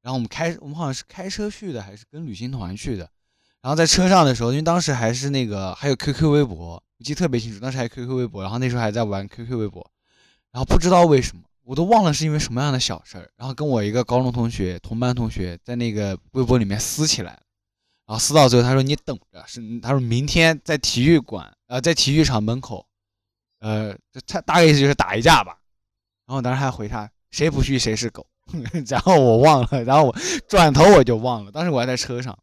Speaker 4: 然后我们开，我们好像是开车去的，还是跟旅行团去的。然后在车上的时候，因为当时还是那个还有 QQ 微博，我记得特别清楚，当时还有 QQ 微博，然后那时候还在玩 QQ 微博，然后不知道为什么，我都忘了是因为什么样的小事儿，然后跟我一个高中同学同班同学在那个微博里面撕起来了，然后撕到最后他说你等着，是他说明天在体育馆呃在体育场门口，呃这他大概意思就是打一架吧，然后我当时还回他谁不去谁是狗， 然后我忘了，然后我转头我就忘了，当时我还在车上。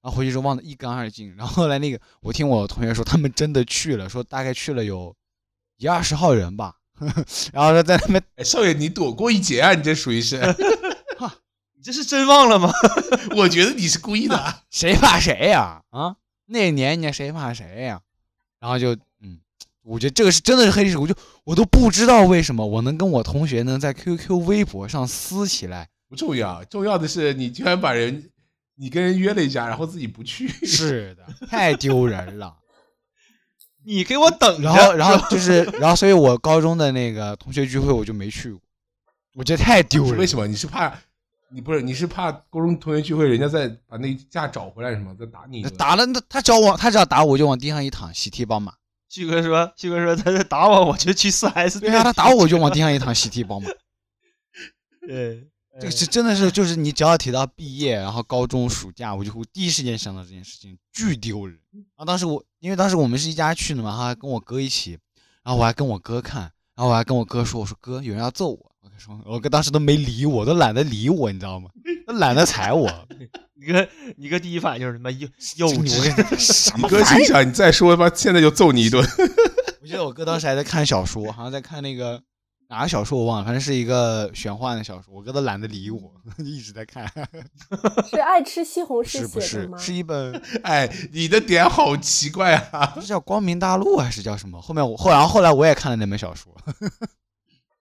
Speaker 4: 然后回去之后忘得一干二净。然后后来那个，我听我同学说，他们真的去了，说大概去了有一二十号人吧。然后说在那边，
Speaker 1: 哎，少爷，你躲过一劫啊！你这属于 是，
Speaker 3: 你这是真忘了吗？
Speaker 1: 我觉得你是故意的啊。
Speaker 4: 谁怕谁呀、啊？那年年谁怕谁呀、然后就嗯，我觉得这个是真的是黑历史，我就我都不知道为什么我能跟我同学能在 QQ、微博上撕起来，
Speaker 1: 不重要，重要的是你居然把人，你跟人约了一下，然后自己不去。
Speaker 4: 是的， 太丢人 了。
Speaker 3: 你给我等着！
Speaker 4: 然后，然后就是，然后，所以我高中的那个同学聚会我就没去过，我觉得太丢人了。
Speaker 1: 为什么？ 你是怕你不是？你是怕高中同学聚会，人家再把那架找回来什么，再打你一顿？
Speaker 4: 打了那他只要往他只要打我就往地上一躺，喜提宝马。
Speaker 3: 旭哥说，旭哥说他在打我，我就去四 S
Speaker 4: 对
Speaker 3: 店。
Speaker 4: 啊，他打我就往地上一躺，喜提宝马。
Speaker 3: 对，
Speaker 4: 这个
Speaker 3: 哎
Speaker 4: 是真的是就是你只要提到毕业，然后高中暑假，我就会第一时间想到这件事情，巨丢人。
Speaker 1: 嗯
Speaker 4: 然后当时我因为当时我们是一家去的嘛，他跟我哥一起，然后我还跟我哥看，然后我还跟我哥说，我说哥有人要揍我，我哥说我哥当时都没理我，都懒得理我，你知道吗？都懒得睬 我。
Speaker 3: 你哥，你哥第一反应就是什么幼幼
Speaker 4: 我
Speaker 3: 稚。
Speaker 4: 这什
Speaker 1: 你
Speaker 4: 么
Speaker 1: 哥心想，你再说吧，现在就揍你一顿。
Speaker 4: 我记得我哥当时还在看小说，好像在看那个哪个小说我忘了，反正是一个玄幻的小说。我哥都懒得理我， 一直在看，
Speaker 2: 是爱吃西红柿
Speaker 4: 是不
Speaker 2: 写的
Speaker 4: 是
Speaker 2: 吗？？
Speaker 4: 是一本
Speaker 1: 哎，你的点好奇怪啊！
Speaker 4: 是叫《光明大陆》还是叫什么？后面我后然后后来我也看了那本小说，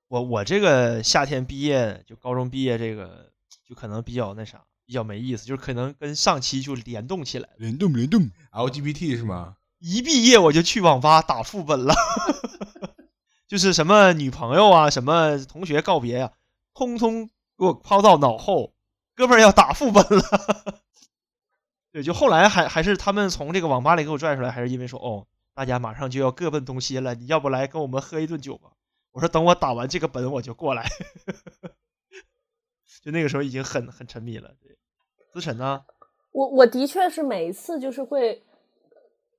Speaker 3: 我我这个夏天毕业，就高中毕业这个，就可能比较那啥，比较没意思，就是可能跟上期就联动起来了。
Speaker 4: 联动联动。
Speaker 1: LGBT 是吗？
Speaker 3: 一毕业我就去网吧打副 本了，就是什么女朋友啊，什么同学告别呀、通通给我抛到脑后，哥们儿要打副本了。 对，就后来还还是他们从这个网吧里给我拽出来，还是因为说哦，大家马上就要各奔东西了，你要不来跟我们喝一顿酒吧？我说等我打完这个本我就过来。 就那个时候已经很很沉迷了。对，思辰呢？
Speaker 2: 我我的确是每一次就是会，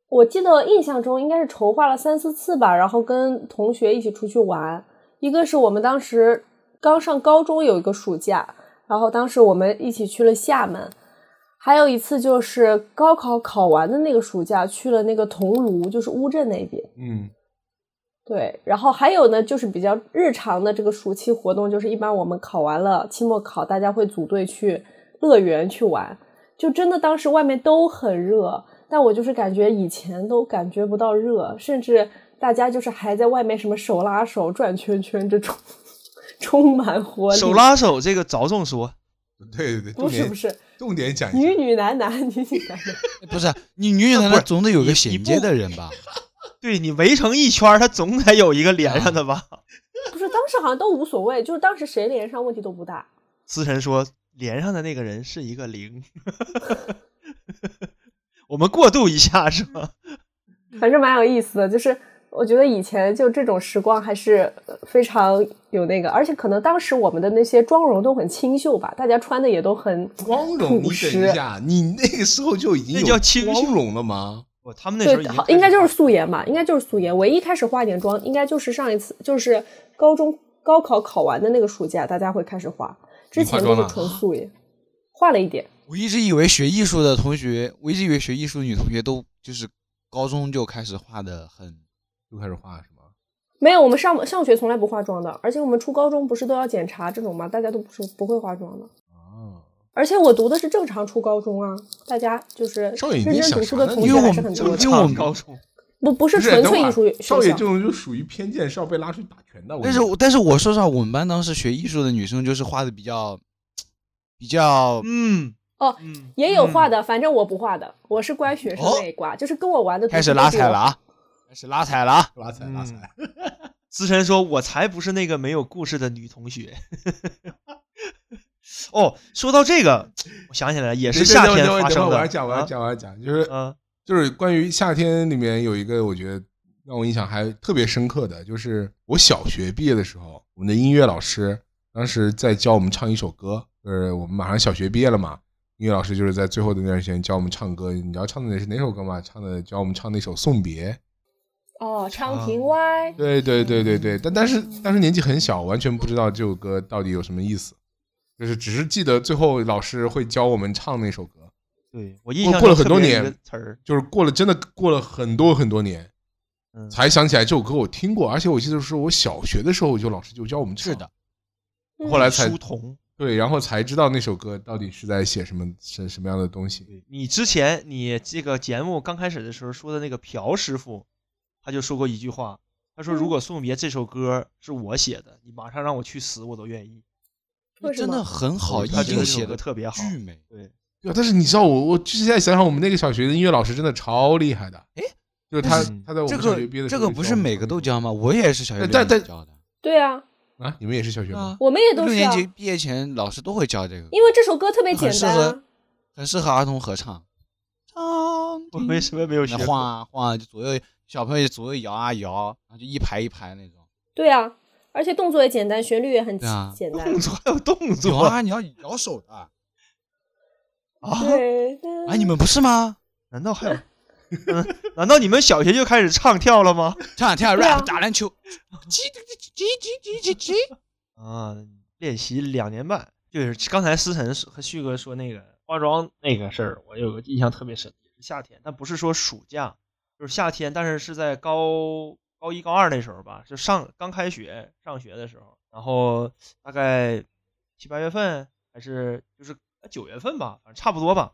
Speaker 2: 我记得印象中应该是筹划了三四次吧，然后跟同学一起出去玩。一个是我们当时刚上高中有一个暑假，然后当时我们一起去了厦门，还有一次就是高考考完的那个暑假去了那个桐庐，就是乌镇那边。
Speaker 1: 嗯，
Speaker 2: 对，然后还有呢，就是比较日常的这个暑期活动，就是一般我们考完了期末考，大家会组队去乐园去玩。就真的当时外面都很热，但我就是感觉以前都感觉不到热，甚至大家就是还在外面什么手拉手转圈圈这种，充满活力。
Speaker 3: 手拉手这个着重说，
Speaker 1: 对对对，重
Speaker 2: 不是
Speaker 1: 点
Speaker 2: 不是，
Speaker 1: 重点讲一
Speaker 2: 女
Speaker 1: 下，
Speaker 2: 女男男，女女男男。
Speaker 4: 不是啊你女女男
Speaker 3: 不是
Speaker 4: 男总得有
Speaker 3: 你
Speaker 4: 个衔
Speaker 3: 不
Speaker 4: 接的人吧？
Speaker 3: 对你围成一圈儿，它总得有一个连上的吧？
Speaker 1: 啊
Speaker 2: 不是，当时好像都无所谓，就是当时谁连上问题都不大。
Speaker 3: 思辰说，连上的那个人是一个零。 我们过渡一下是吧？
Speaker 2: 反正蛮有意思的，就是我觉得以前就这种时光还是呃非常有那个，而且可能当时我们的那些妆容都很清秀吧，大家穿的也都很
Speaker 1: 光荣。你
Speaker 2: 朴
Speaker 1: 等
Speaker 2: 实
Speaker 1: 一下，你那个时候就已经
Speaker 3: 那叫清
Speaker 1: 有光
Speaker 3: 秀
Speaker 1: 荣了吗？
Speaker 3: 我他们那时候已
Speaker 2: 对，
Speaker 3: 经
Speaker 2: 好
Speaker 3: 开始
Speaker 2: 应该就是素颜吧，应该就是素颜。唯一开始化点妆，应该就是上一次就是高中高考考完的那个暑假，大家会开始化，之前都
Speaker 1: 你
Speaker 2: 是
Speaker 1: 化妆啊
Speaker 2: 纯素颜，化了一点。
Speaker 4: 我一直以为学艺术的同学，我一直以为学艺术的女同学都就是高中就开始画的很，
Speaker 1: 就开始画是吗？
Speaker 2: 没有，我们上上学从来不化妆的，而且我们初高中不是都要检查这种吗？大家都不是不会化妆的。
Speaker 1: 啊，
Speaker 2: 而且我读的是正常初高中啊，大家就是
Speaker 1: 少爷
Speaker 2: 认
Speaker 1: 你在
Speaker 2: 真
Speaker 1: 想
Speaker 2: 读
Speaker 1: 啥
Speaker 2: 书
Speaker 1: 呢
Speaker 2: 的同
Speaker 4: 因
Speaker 2: 学
Speaker 4: 为我
Speaker 2: 还
Speaker 4: 们
Speaker 2: 是很多
Speaker 3: 正
Speaker 2: 的，
Speaker 4: 因为我
Speaker 3: 常
Speaker 4: 们
Speaker 3: 高中，
Speaker 2: 不不是
Speaker 1: 不
Speaker 2: 纯
Speaker 1: 等
Speaker 2: 粹
Speaker 1: 会
Speaker 2: 艺
Speaker 1: 儿啊
Speaker 2: 术
Speaker 1: 少爷
Speaker 2: 学
Speaker 1: 这
Speaker 2: 校。
Speaker 1: 种就属于偏见，是要被拉去打拳的。我
Speaker 4: 但是
Speaker 1: 跟你
Speaker 4: 我但是我说实话，我们班当时学艺术的女生就是画的比较比较
Speaker 3: 嗯
Speaker 2: 哦
Speaker 3: 嗯，
Speaker 2: 也有画
Speaker 3: 嗯
Speaker 2: 的，反正我不画的，我是乖学生那一挂，就是跟我玩的同学
Speaker 4: 开始拉
Speaker 2: 都是我
Speaker 4: 踩了。啊，开始拉踩了啊。
Speaker 1: 拉踩
Speaker 3: 嗯
Speaker 1: 拉踩，
Speaker 3: 思辰说：“我才不是那个没有故事的女同学。”哦，说到这个，我想起来了，也是
Speaker 1: 对
Speaker 3: 夏
Speaker 1: 对
Speaker 3: 天
Speaker 1: 对对
Speaker 3: 发
Speaker 1: 对
Speaker 3: 生
Speaker 1: 我
Speaker 3: 的。
Speaker 1: 要讲，我要
Speaker 3: 啊
Speaker 1: 讲，我要讲，就是
Speaker 3: 啊，
Speaker 1: 就是关于夏天里面有一个，我觉得让我印象还特别深刻的，就是我小学毕业的时候，我们的音乐老师当时在教我们唱一首歌，就是我们马上小学毕业了嘛，音乐老师就是在最后的那段时间教我们唱歌，你知道唱的是哪首歌吗？唱的教我们唱那首《送别》。
Speaker 2: 哦，昌平歪，
Speaker 1: 对对对对对，但但是当时年纪很小，完全不知道这首歌到底有什么意思，就是只是记得最后老师会教我们唱那首歌，
Speaker 3: 对我印象
Speaker 1: 过了
Speaker 3: 中
Speaker 1: 很
Speaker 3: 特
Speaker 1: 多
Speaker 3: 别有
Speaker 1: 年
Speaker 3: 一个词儿，
Speaker 1: 就是过了真的过了很多很多年，
Speaker 3: 嗯
Speaker 1: 才想起来这首歌我听过，而且我记得是我小学的时候就老师就教我们唱，
Speaker 4: 是的，
Speaker 2: 嗯
Speaker 1: 后来才
Speaker 3: 书童。
Speaker 1: 对，然后才知道那首歌到底是在写什么什什么样的东西。
Speaker 3: 对你之前你这个节目刚开始的时候说的那个朴师傅，他就说过一句话，他
Speaker 4: 嗯
Speaker 3: 说：“如果《送别》这首歌是我写的，你马上让我去死，我都愿意。
Speaker 2: 为什
Speaker 4: 真的
Speaker 2: 么？
Speaker 4: 很好，
Speaker 1: 我
Speaker 4: 意
Speaker 1: 觉得
Speaker 3: 他觉得
Speaker 4: 境
Speaker 3: 这
Speaker 4: 写
Speaker 3: 首歌
Speaker 4: 的
Speaker 3: 特别好。
Speaker 4: 巨美。
Speaker 3: 对，
Speaker 1: 对啊，但是你知道我，我现在想想，我们那个小学的音乐老师真的超厉害的，
Speaker 4: 诶，
Speaker 1: 就是他
Speaker 4: 但
Speaker 3: 是
Speaker 1: 他在我
Speaker 4: 这
Speaker 1: 们小学
Speaker 4: 个
Speaker 1: 毕业的时
Speaker 4: 这
Speaker 1: 候
Speaker 4: 个
Speaker 1: 就
Speaker 4: 不
Speaker 1: 教
Speaker 4: 是
Speaker 1: 我们
Speaker 4: 每
Speaker 1: 唱那
Speaker 4: 个都
Speaker 1: 首
Speaker 4: 教吗？我也是小学
Speaker 1: 但
Speaker 4: 六年级
Speaker 1: 但
Speaker 4: 教的，
Speaker 2: 对啊，
Speaker 1: 歌啊，你们也是小学吗？
Speaker 2: 我们也都
Speaker 4: 六
Speaker 2: 是
Speaker 4: 年
Speaker 2: 啊，
Speaker 4: 级毕业前老师都会教这个，
Speaker 2: 因为这首歌特别简
Speaker 4: 很适
Speaker 2: 单
Speaker 4: 合
Speaker 2: 啊。，
Speaker 4: 很适合儿童合唱。唱
Speaker 3: 我为什么没有学
Speaker 4: 那
Speaker 3: 过
Speaker 4: 晃啊晃啊，就左右小朋友就左右摇啊摇，然后就一排一排那种。
Speaker 2: 对啊，而且动作也简单，旋律也很
Speaker 4: 对啊
Speaker 2: 简单。
Speaker 3: 动作还有动
Speaker 4: 摇
Speaker 3: 作
Speaker 4: 啊，你要摇手的啊！
Speaker 3: 啊
Speaker 2: 对，
Speaker 4: 哎，你们不是吗？
Speaker 3: 难道还有？嗯，难道你们小学就开始唱跳了吗？
Speaker 4: 唱两天
Speaker 2: 对啊
Speaker 4: rap 打篮球，叽叽叽叽叽叽叽。
Speaker 3: 啊，练习两年半，就是刚才思辰说和旭哥说那个化妆那个事儿，我有个印象特别深，也是夏天，但不是说暑假，就是夏天，但是是在高高一高二那时候吧，就上刚开学上学的时候，然后大概七八月份还是就是呃九月份吧，反正差不多吧，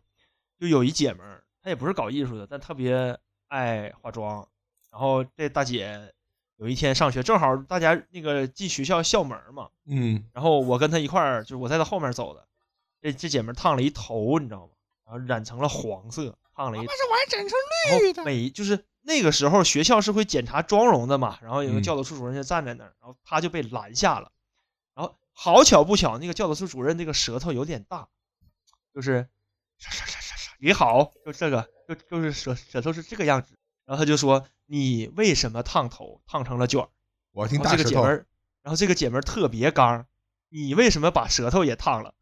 Speaker 3: 就有一姐们儿，她也不是搞艺术的，但特别爱化妆，然后这大姐。有一天上学，正好大家那个进学校校门儿嘛，
Speaker 1: 嗯，
Speaker 3: 然后我跟她一块儿，就是我在她后面走的。这这姐们儿烫了一头，你知道吗？然后染成了黄色，烫了一头。
Speaker 4: 我还整成
Speaker 3: 然
Speaker 4: 绿的
Speaker 3: 后每就是那个时候学校是会检查妆容的嘛，然后有个
Speaker 1: 嗯
Speaker 3: 教导处主任就站在那儿，然后她就被拦下了。然后好巧不巧，那个教导处主任那个舌头有点大，就是啥啥啥啥啥你好，就这个就就是舌舌头是这个样子。然后他就说你为什么烫头烫成了卷儿？
Speaker 1: 我要听
Speaker 3: 然
Speaker 4: 哦
Speaker 1: 大
Speaker 3: 后这
Speaker 1: 舌
Speaker 3: 个姐
Speaker 1: 头
Speaker 3: 们。儿，然后这个姐们儿特别刚儿，你为什么把舌头也烫了？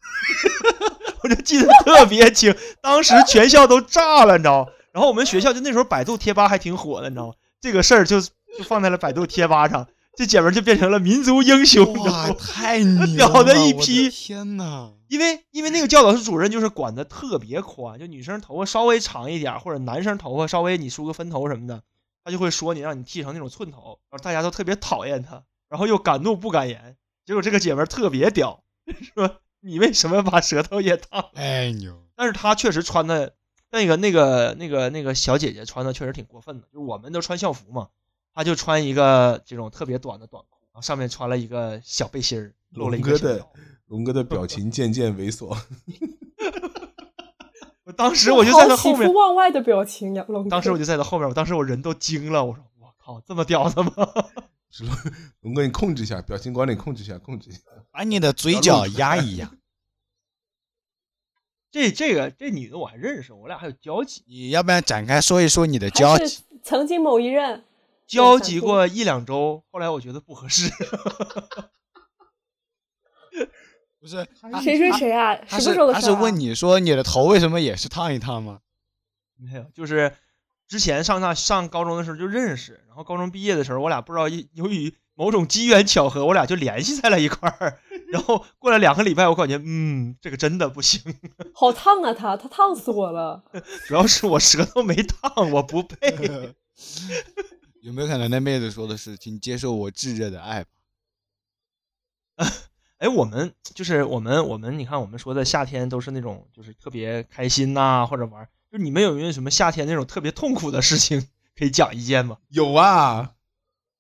Speaker 3: 我就记得特别清，当时全校都炸了，你知道吗？然后我们学校就那时候百度贴吧还挺火的，你知道吗？这个事儿就就放在了百度贴吧上，这姐们儿就变成了民族英雄，你知道
Speaker 4: 哇，
Speaker 3: 吗？
Speaker 4: 太牛
Speaker 3: 屌
Speaker 4: 了！
Speaker 3: 的一
Speaker 4: 我
Speaker 3: 批
Speaker 4: 天 呐，
Speaker 3: 因为因为那个教导室主任就是管的特别宽，就女生头发稍微长一点儿，或者男生头发稍微你梳个分头什么的，他就会说你让你剃成那种寸头，然后大家都特别讨厌他，然后又敢怒不敢言。结果这个姐们儿特别屌， 说你为什么把舌头也烫？
Speaker 4: 太哎牛！
Speaker 3: 但是她确实穿的那个那个那个那个小姐姐穿的确实挺过分的，就是我们都穿校服嘛，她就穿一个这种特别短的短裤，然后上面穿了一个小背心儿，露了一
Speaker 1: 龙
Speaker 3: 个
Speaker 1: 哥的
Speaker 3: 小腰
Speaker 1: 龙哥的表情渐渐猥琐，
Speaker 3: 我当时我就在她后
Speaker 2: 好喜
Speaker 3: 面
Speaker 2: 出，望外的表情呀，龙哥。
Speaker 3: 当时我就在她后面，我当时我人都惊了，我说我靠，这么屌的吗？
Speaker 1: 龙哥你控制一下，表情管理控制一下，控制一下。
Speaker 4: 把你的嘴
Speaker 1: 角
Speaker 4: 角压一 压，
Speaker 3: 这这个这女的我还认识，我俩还有交集，
Speaker 4: 你要不然展开说一说你的交
Speaker 2: 还
Speaker 4: 集？
Speaker 2: 是曾经某一任，
Speaker 3: 交集过一两周，后来我觉得不合适，
Speaker 4: 不是，
Speaker 2: 谁追谁啊？
Speaker 4: 他
Speaker 2: 什么
Speaker 4: 是
Speaker 2: 时候的
Speaker 4: 他
Speaker 2: 事
Speaker 4: 是
Speaker 2: 儿啊
Speaker 4: 问你说你的头为什么也是烫一烫吗？
Speaker 3: 没有，就是之前上大上高中的时候就认识，然后高中毕业的时候，我俩不知道一由于某种机缘巧合，我俩就联系在了一块儿。然后过了两个礼拜，我感觉嗯，这个真的不行，
Speaker 2: 好烫啊他，他烫死我了。
Speaker 3: 主要是我舌头没烫，我不配。
Speaker 4: 有没有可能那妹子说的是，请接受我炙热的爱吧？
Speaker 3: 哎，我们就是我们我们，你看我们说的夏天都是那种就是特别开心呐、或者玩儿。就你们有没有什么夏天那种特别痛苦的事情可以讲一件吗？
Speaker 1: 有啊，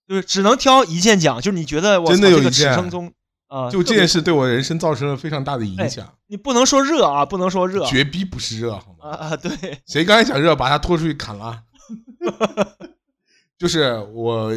Speaker 3: 就是只能挑一件讲，就是你觉得我
Speaker 1: 真的
Speaker 3: 操
Speaker 1: 有
Speaker 3: 这个
Speaker 1: 一
Speaker 3: 此
Speaker 1: 件
Speaker 3: 生中啊，
Speaker 1: 就
Speaker 3: 特
Speaker 1: 这
Speaker 3: 别
Speaker 1: 件事对我人生造成了非常大的影响，
Speaker 3: 你不能说热啊，不能说哎热啊
Speaker 1: 绝逼不是热好吗？
Speaker 3: 啊啊，对，
Speaker 1: 谁刚才想热，把他拖出去砍了。 就是我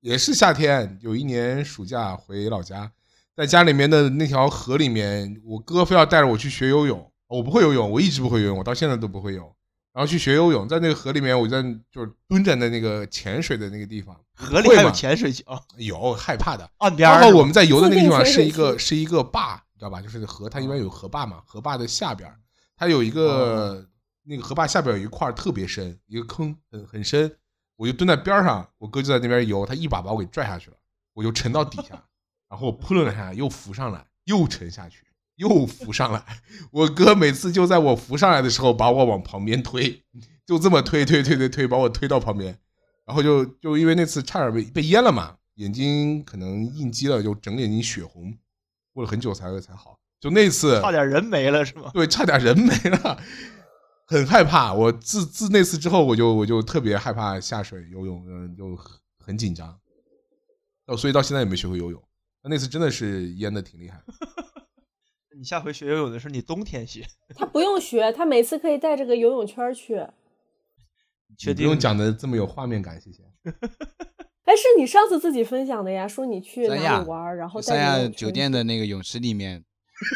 Speaker 1: 也是夏天，有一年暑假回老家，在家里面的那条河里面，我哥非要带着我去学游泳，哦我不会游泳，我一直不会游泳，我到现在都不会游。然后去学游泳，在那个河里面，我在就是蹲在那那个潜水的那个地方，
Speaker 3: 河里
Speaker 1: 会
Speaker 3: 还有
Speaker 1: 吗
Speaker 3: 潜水井，
Speaker 1: 有害怕的。
Speaker 3: 岸边
Speaker 1: 然
Speaker 3: 儿
Speaker 1: 后
Speaker 3: 是吧
Speaker 1: 我们在游的那个地方
Speaker 2: 自定
Speaker 1: 是
Speaker 2: 水嗯
Speaker 1: 一个
Speaker 2: 区
Speaker 1: 是一个坝，你知道吧？就是河，它一般有河坝嘛，河坝的下边儿，它有一
Speaker 2: 哦
Speaker 1: 个那个河坝下边有一块儿特别深，一个坑很很深。我就蹲在边儿上，我哥就在那边游，他一把把我给拽下去了，我就沉到底下， 然后我扑棱了一下，又浮上来，又沉下去，又浮上来。我哥每次就在我浮上来的时候，把我往旁边推，就这么推推推推推，把我推到旁边。然后就就因为那次差点被被淹了嘛，眼睛可能应激了，就整个眼睛血红，过了很久才才好。就那次
Speaker 3: 差点人没了是吗？
Speaker 1: 对，差点人没了，很害怕。我自自那次之后，我就我就特别害怕下水游泳，嗯，就很很紧张。到所以到现在也没学会游泳。那那次真的是淹的挺厉害的，
Speaker 3: 你下回学游泳的时候，你冬天学，
Speaker 2: 他不用学，他每次可以带着个游泳圈儿去。哎
Speaker 3: 你确
Speaker 1: 不
Speaker 3: 定
Speaker 1: 用讲的这么有画面感，谢谢。
Speaker 2: 哎，是你上次自己分享的呀，说你去
Speaker 4: 三
Speaker 2: 哪
Speaker 4: 亚
Speaker 2: 里玩儿，然后带
Speaker 4: 三
Speaker 2: 着游
Speaker 4: 亚
Speaker 2: 泳圈
Speaker 4: 酒店的那个哦泳池里面，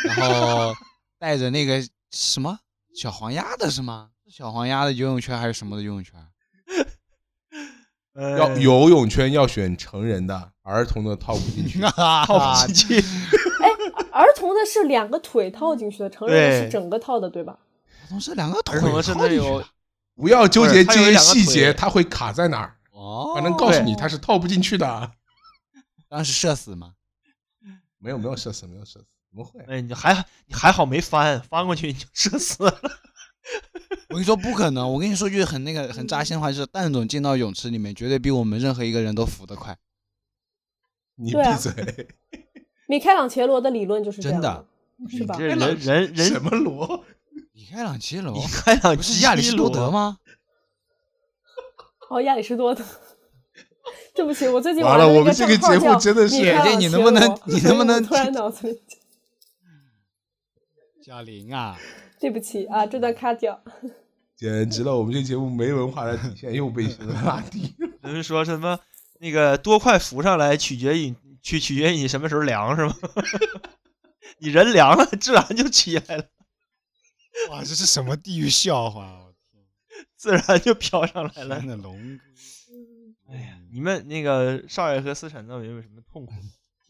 Speaker 4: 然后带着那个什么小黄鸭的是吗？小黄鸭的游泳圈还是什么的游泳 圈？
Speaker 3: 呃
Speaker 1: 要 游泳圈要选成人的，儿童的套不进 去。
Speaker 4: 啊
Speaker 1: 啊
Speaker 3: 套 不进去？
Speaker 2: 儿童的是两个腿套进去的，成人的
Speaker 3: 对
Speaker 2: 是整个套的，对吧？
Speaker 4: 儿童是两个腿
Speaker 3: 儿童是
Speaker 4: 套
Speaker 3: 那
Speaker 4: 进去
Speaker 3: 有
Speaker 4: 的
Speaker 1: 不要纠结这
Speaker 3: 不是它有
Speaker 1: 些
Speaker 3: 两个
Speaker 1: 细节，
Speaker 3: 腿
Speaker 1: 它会卡在哪儿。
Speaker 4: 哦，
Speaker 1: 反正告诉你，
Speaker 3: 对
Speaker 1: 它是套不进去的。啊
Speaker 4: 当时社死吗？
Speaker 1: 没有没有社死，没有社死，怎么会？
Speaker 3: 哎，你还你还好没翻，翻过去你就射死了。
Speaker 4: 我跟你说不可能，我跟你说句很那个很扎心的话，就是蛋总进到泳池里面，绝对比我们任何一个人都浮得快。
Speaker 1: 你
Speaker 2: 对啊
Speaker 1: 闭嘴！
Speaker 2: 米开朗基罗的理论就是这样
Speaker 4: 真的，
Speaker 2: 是吧哎
Speaker 3: 这？人人
Speaker 1: 什
Speaker 3: 人，
Speaker 1: 么罗？
Speaker 4: 米开朗基罗
Speaker 3: 你开朗
Speaker 4: 不是亚里士多德？吗？
Speaker 2: 哦，亚里士多德。对不起，我最近
Speaker 1: 完
Speaker 2: 玩的
Speaker 1: 了
Speaker 2: 那
Speaker 1: 我们这个
Speaker 2: 账号
Speaker 1: 节目
Speaker 2: 叫
Speaker 1: 真的是
Speaker 2: 米开
Speaker 4: 姐姐
Speaker 2: 朗
Speaker 4: 你
Speaker 2: 基
Speaker 4: 能不能
Speaker 2: 罗
Speaker 4: 你
Speaker 2: 所
Speaker 4: 能
Speaker 2: 以
Speaker 4: 不
Speaker 2: 我
Speaker 4: 能
Speaker 2: 突然脑子里，
Speaker 4: 小林啊，
Speaker 2: 对不起啊，这段卡掉。
Speaker 1: 简直了！我们这节目没文化的底线又被拉低。
Speaker 3: 人们说什么那个多快浮上来取决于取取决于你什么时候凉是吗？ 你人凉了，自然就起来了，
Speaker 5: 哇，这是什么地狱笑话？啊
Speaker 3: 自然就飘上来了
Speaker 5: 天。的龙哥，
Speaker 3: 哎呀，你们那个少爷和思辰呢，有没有什么痛
Speaker 4: 嗯
Speaker 3: 苦？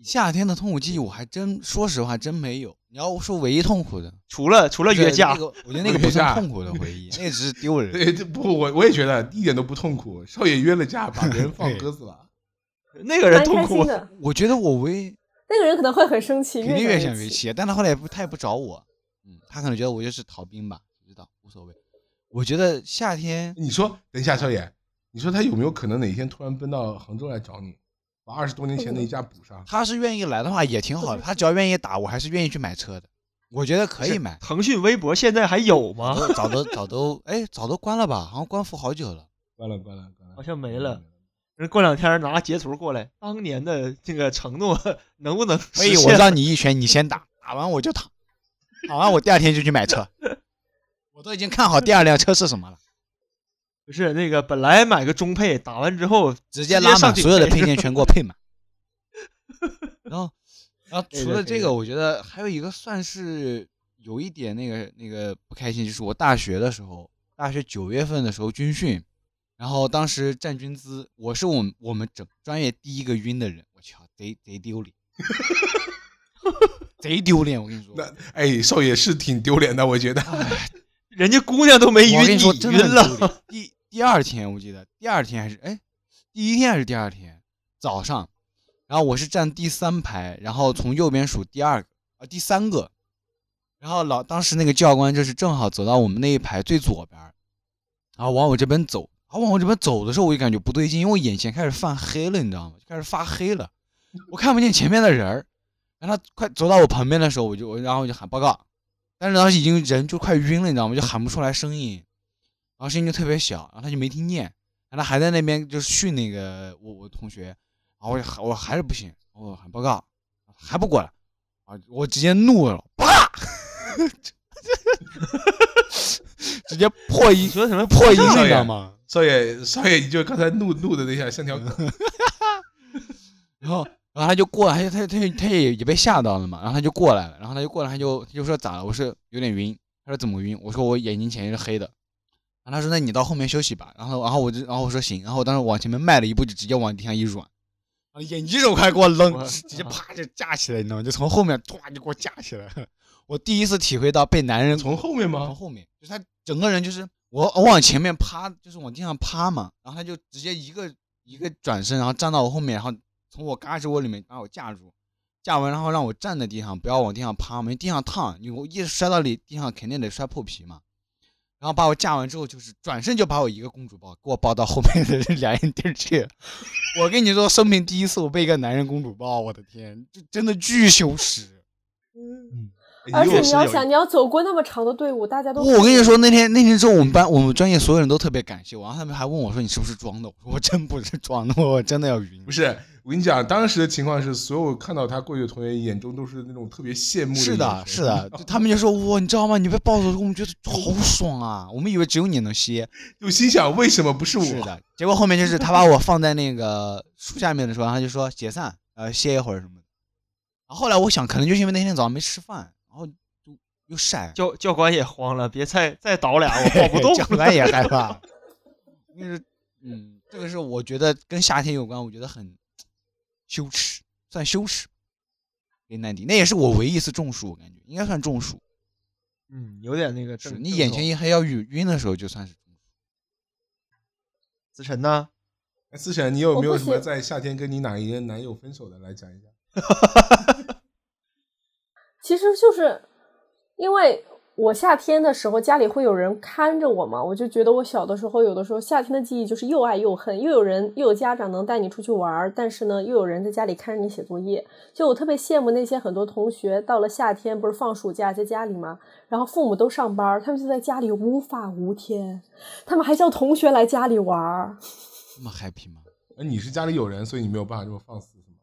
Speaker 4: 夏天的痛苦记忆我还真说实话真没有。你要说唯一痛苦的，
Speaker 3: 除了除了
Speaker 4: 我觉得
Speaker 3: 约架
Speaker 4: 那，个我觉得那个不算痛苦的 回忆，那个只是丢人。
Speaker 1: 对，这不，我我也觉得一点都不痛苦。少爷约了架，把 别人放鸽子了。
Speaker 3: 那个人
Speaker 2: 蛮
Speaker 3: 痛
Speaker 2: 开
Speaker 3: 苦
Speaker 2: 心，的。
Speaker 4: 我觉得我唯
Speaker 2: 那个人可能会很生气，
Speaker 4: 啊肯定
Speaker 2: 越
Speaker 4: 越
Speaker 2: 想
Speaker 4: 想越。气，啊但他后来也不他也不找我，嗯，他可能觉得我就是逃兵吧，不知道无所谓。我觉得夏天
Speaker 1: 你说，等一下，少爷，你说他有没有可能哪天突然奔到杭州来找你，把二十多年前那一架补 上？
Speaker 4: 他要是愿意来的话也挺好的，他只要愿意打，我还是愿意去买车的。我觉得可以买，嗯
Speaker 3: 腾讯微博现在还有
Speaker 4: 早
Speaker 3: 吗？
Speaker 4: 都早都早都哎早都关了吧，好像关服好久了。
Speaker 1: 关了，关了，关了，
Speaker 3: 好像没了。人过两天拿截图过来，当年的这个承诺 能不能
Speaker 4: 所以
Speaker 3: 实
Speaker 4: 哎我
Speaker 3: 现？
Speaker 4: 让你一拳，你先打，打完我就躺，躺完我第二天就去 买车。我都已经看好第二辆车是什么了，
Speaker 3: 不是那个本来买个中配，打完之后
Speaker 4: 直接拉
Speaker 3: 直接上
Speaker 4: 满
Speaker 3: 顶配
Speaker 4: 所有的配件全给我配 满。然后，然后除了
Speaker 3: 对
Speaker 4: 这
Speaker 3: 对
Speaker 4: 个，我觉得还有一个算是有一点那个那个不开心，就是我大学的时候，大学九月份的时候军训，然后当时站军姿，我是我们我们整专业第一个晕的人，我操，贼 贼丢脸，贼丢脸，我跟你说。
Speaker 1: 那哎，少爷是挺丢脸的，我觉得。
Speaker 3: 人家姑娘都没
Speaker 4: 我跟
Speaker 3: 晕，
Speaker 4: 你说，
Speaker 3: 你
Speaker 4: 真的
Speaker 3: 晕
Speaker 4: 很
Speaker 3: 了
Speaker 4: 丢。 脸。第第二天我记得，第二天还是哎，第一天还是第二天早上，然后我是站第三排，然后从右边数第二个啊第三个，然后老当时那个教官就是正好走到我们那一排最左边儿，然后往我这边走，然后往我这边走的时候，我就感觉不对劲，因为我眼前开始泛黑了，你知道吗？就开始发黑了，我看不见前面的人儿。然后他快走到我旁边的时候，我就我然后我就喊报告，但是当时已经人就快晕了，你知道吗？就喊不出来声音，然后声音就特别小，然后他就没听见，然后他还在那边就是训那个我我同学，然后我就喊我还是不行，我喊报告，还不过来，啊，我直接怒了，啪， 直接破
Speaker 3: 你
Speaker 4: 音
Speaker 3: 说什么
Speaker 4: 破音，
Speaker 1: 少
Speaker 4: 你
Speaker 1: 爷
Speaker 4: 知道吗？
Speaker 1: 少爷，少爷，你就刚才怒怒的那下， 像条狗。
Speaker 4: 然后然后他就过来，他就他他他也也被吓到了嘛，然后他就过来了，然后他就过来，他就他就说咋了？我说有点晕，他说怎么晕？我说我眼睛前是黑的，然后他说那你到后面休息吧，然后然后我就然后我说行，然后我当时往前面迈了一步，就直接往地上一软，
Speaker 5: 啊眼睛都快给我扔，
Speaker 3: 我
Speaker 5: 直直接啪就架起来，你知道吗？就从后面唰就给我架起来。
Speaker 4: 我第一次体会到被男人
Speaker 1: 从后面
Speaker 4: 从
Speaker 1: 吗？
Speaker 4: 后面，就是他整个人就是我我往前面趴，就是往地上趴嘛，然后他就直接一个一个转身，然后站到我后面，然后从我胳肢窝里面把我架住，架完然后让我站在地上，不要往地上趴嘛，因为地上烫，你我一摔到里地上肯定得摔破皮嘛。然后把我架完之后，就是转身就把我一个公主抱，给我抱到后面的凉一地儿去 了。我跟你说，生平第一次我被一个男人公主抱，我的天，这真的巨羞耻。
Speaker 2: 而且
Speaker 1: 又
Speaker 2: 你
Speaker 1: 是
Speaker 2: 要
Speaker 1: 有
Speaker 2: 想，你要走过那么长的队伍，大家都
Speaker 4: 我跟你说，那天那天之后，我们班我们专业所有人都特别感谢我，然后他们还问我说你是不是装的，我说我真不是装的，我真的要晕
Speaker 1: 不。是，我跟你讲，当时的情况是，所有看到他过去的同学眼中都是那种特别羡慕
Speaker 4: 是
Speaker 1: 的
Speaker 4: 的
Speaker 1: 眼，神，
Speaker 4: 是的，就他们就说哇，你知道吗？你被抱走的时候，我们觉得好爽啊，我们以为只有你能歇。
Speaker 1: 就心想为什么不是我？
Speaker 4: 是的，结果后面就是他把我放在那个树下面的时候，然后他就说解散，呃，歇一会儿什么的。然后后来我想，可能就是因为那天早上没吃饭，然后就又晒，
Speaker 3: 教教官也慌了，别再再倒俩，我 抱不 动
Speaker 4: 教
Speaker 3: 了。
Speaker 4: 官也害怕。 就是，嗯，这个是我觉得跟夏天有关，我觉得很羞耻，算羞耻。被难顶，那也是我唯一一次中暑，我感觉应该算中暑。
Speaker 3: 嗯，有点那个
Speaker 4: 是
Speaker 3: 症。
Speaker 4: 你眼前
Speaker 3: 一
Speaker 4: 一黑要晕晕的时候，就算是中暑。
Speaker 3: 子晨呢？
Speaker 1: 哎思辰，你有没有
Speaker 2: 我不
Speaker 1: 什么
Speaker 2: 行
Speaker 1: 在夏天跟你哪一个男友分手的？来讲一下。
Speaker 2: 其实就是因为我夏天的时候家里会有人看着我嘛，我就觉得我小的时候有的时候夏天的记忆就是又爱又恨，又有人又有家长能带你出去玩儿，但是呢又有人在家里看着你写作业。就我特别羡慕那些很多同学到了夏天不是放暑假在家里嘛，然后父母都上班儿，他们就在家里无法无天，他们还叫同学来家里玩儿。
Speaker 4: 这么 happy 吗？
Speaker 1: 哎，你是家里有人，所以你没有办法这么放肆，是吗？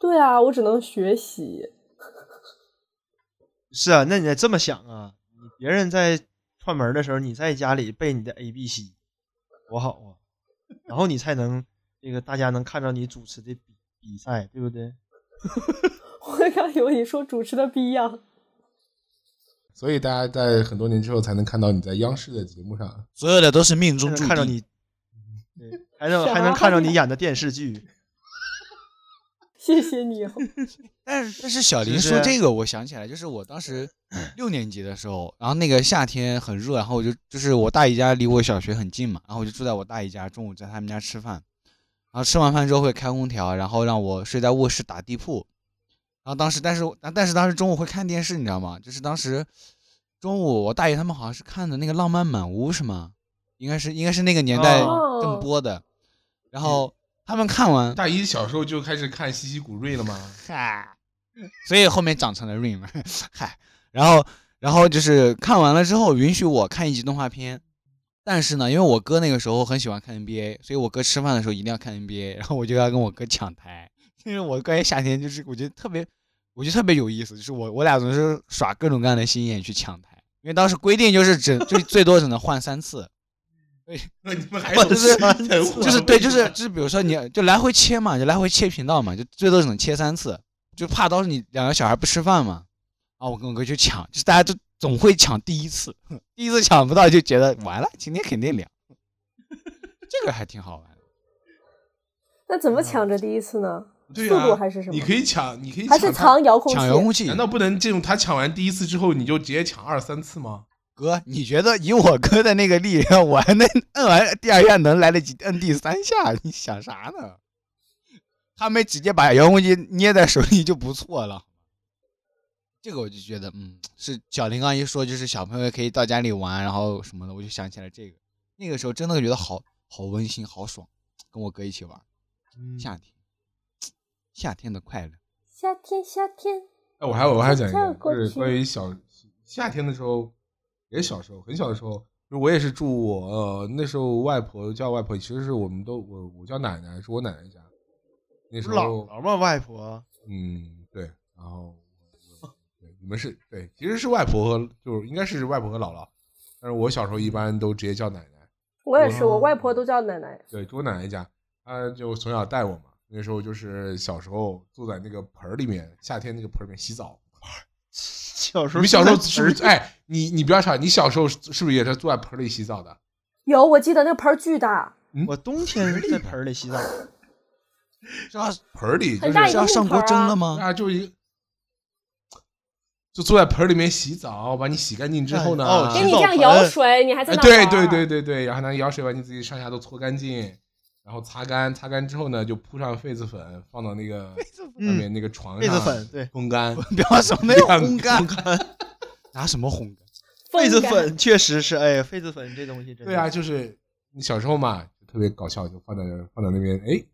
Speaker 2: 对啊，我只能学习。
Speaker 3: 是啊，那你得这么想啊，你别人在串门的时候，你在家里背你的 A B C，多好啊，然后你才能这个大家能看到你主持的比比赛，对不对？
Speaker 2: 我刚以为你说主持的逼样。
Speaker 1: 所以大家在很多年之后才能看到你在央视的节目 上。
Speaker 5: 所有的都是命中
Speaker 3: 还
Speaker 5: 注
Speaker 3: 能看着
Speaker 5: 定。
Speaker 3: 你，对还能
Speaker 2: 小
Speaker 3: 还
Speaker 2: 娃
Speaker 3: 能
Speaker 2: 娃
Speaker 3: 看着
Speaker 2: 你
Speaker 3: 你演的电视剧，
Speaker 2: 谢谢你哦，
Speaker 4: 但是但嗯是小林
Speaker 3: 是
Speaker 4: 说
Speaker 3: 不是
Speaker 4: 这个，我想起来，就是我当时六年级的时候，然后那个夏天很热，然后我就就是我大姨家离我小学很近嘛，然后我就住在我大姨家，中午在他们家吃饭，然后吃完饭之后会开空调，然后让我睡在卧室打地铺，然后当时但是但但是当时中午会看电视，你知道吗？就是当时中午我大姨他们好像是看的那个《浪漫满屋》是吗？应该是应该是那个年代
Speaker 2: 哦
Speaker 4: 正播的，然后他们看完，
Speaker 1: 大姨小时候就开始看西西古瑞了吗？
Speaker 4: 嗨，所以后面长成了 Rain 嘛， 嗨，然后然后就是看完了之后允许我看一集动画片，但是呢，因为我哥那个时候很喜欢看 NBA，所以我哥吃饭的时候一定要看 NBA，然后 我就要跟我哥抢台，因为我关于夏天就是我觉得特别，我觉得特别有意思，就是我我俩总是耍各种各样的心眼去抢台，因为当时规定就是只就最多只能换三次。
Speaker 1: 那你们还
Speaker 4: 我就是
Speaker 1: 就
Speaker 4: 就是对，
Speaker 1: 啊
Speaker 4: 就是就是，比如说你就来回切嘛，就来回切频道嘛，就最多只能切三次，就怕到时候你两个小孩不吃饭嘛。啊，我跟我哥去抢，就是大家都总会抢第一次， 第一次抢不到就觉得完了，今天肯定凉。 这个还挺好玩的，
Speaker 2: 那怎么抢着第一次呢？
Speaker 1: 嗯对
Speaker 2: 速度
Speaker 1: 啊，
Speaker 2: 还是什么？
Speaker 1: 你可以抢，你可以
Speaker 2: 还是
Speaker 1: 抢他。
Speaker 2: 藏遥控器？
Speaker 4: 抢遥控器。
Speaker 1: 难道不能这种他抢完第一次之后，你就直接抢二三次吗？
Speaker 4: 哥，你觉得以我哥的那个力量，我还能摁完第二下能来得及摁第三下？你想啥呢？他没直接把遥控器捏在手里就不错了。这个我就觉得，嗯，是小林刚一说，就是小朋友可以到家里玩，然后什么的，我就想起来这个。那个时候真的觉得好好温馨，好爽，跟我哥一起玩，夏天，夏天的快乐。
Speaker 2: 夏天，夏天，
Speaker 1: 哎，我还我还讲一
Speaker 2: 跳
Speaker 1: 个，
Speaker 2: 过
Speaker 1: 就是
Speaker 2: 去
Speaker 1: 关于小夏天的时候，也小时候，很小的时候，就我也是住我呃那时候外婆叫外婆，其实是我们都我我叫奶奶，是我奶奶家。那时
Speaker 3: 姥
Speaker 1: 候
Speaker 3: 姥嘛，外婆，
Speaker 1: 嗯，对，然后我对你们是对，其实是外婆和就是应该是外婆和姥姥，但是我小时候一般都直接叫奶奶，
Speaker 2: 我也是，
Speaker 1: 哇
Speaker 2: 我外婆都叫奶奶。
Speaker 1: 对，住我奶奶家，她就从小带我嘛。那时候就是小时候坐在那个盆儿里面，夏天那个盆儿里面洗澡。
Speaker 3: 小时
Speaker 1: 你
Speaker 3: 候
Speaker 1: 们小时候
Speaker 3: 住在
Speaker 1: 是不是？哎，你你不要吵，你小时候是不是也是坐在盆儿里洗澡的？
Speaker 2: 有，我记得那个盆儿巨大，
Speaker 3: 我冬天在盆儿里洗澡，
Speaker 4: 是要是
Speaker 1: 盆儿里就
Speaker 2: 很
Speaker 1: 是
Speaker 2: 大一
Speaker 4: 要
Speaker 2: 个
Speaker 4: 上
Speaker 2: 木盆
Speaker 4: 锅
Speaker 2: 儿
Speaker 4: 蒸了
Speaker 2: 啊。
Speaker 4: 吗？
Speaker 1: 啊，就一个，就坐在盆儿里面洗澡，把你洗干净之后呢，
Speaker 3: 哦
Speaker 2: 给
Speaker 3: 洗
Speaker 2: 你
Speaker 3: 澡
Speaker 2: 这样舀水，你还在
Speaker 1: 哎，
Speaker 2: 那
Speaker 1: 对
Speaker 2: 玩儿啊
Speaker 1: 对对，对对，然后拿摇水把你自己上下都搓干净，然后擦干，擦干之后呢，就铺上痱子粉，放到那个上面那个床
Speaker 3: 嗯痱
Speaker 1: 上，
Speaker 3: 子粉对
Speaker 1: 烘 干。
Speaker 4: 不要什么要烘干，拿什么烘干？
Speaker 2: 风
Speaker 3: 痱子
Speaker 2: 干
Speaker 3: 粉确实是，哎，痱子粉这东西真的
Speaker 1: 对啊，，就是你小时候嘛，就特别搞笑，就放在那儿放在那边，哎，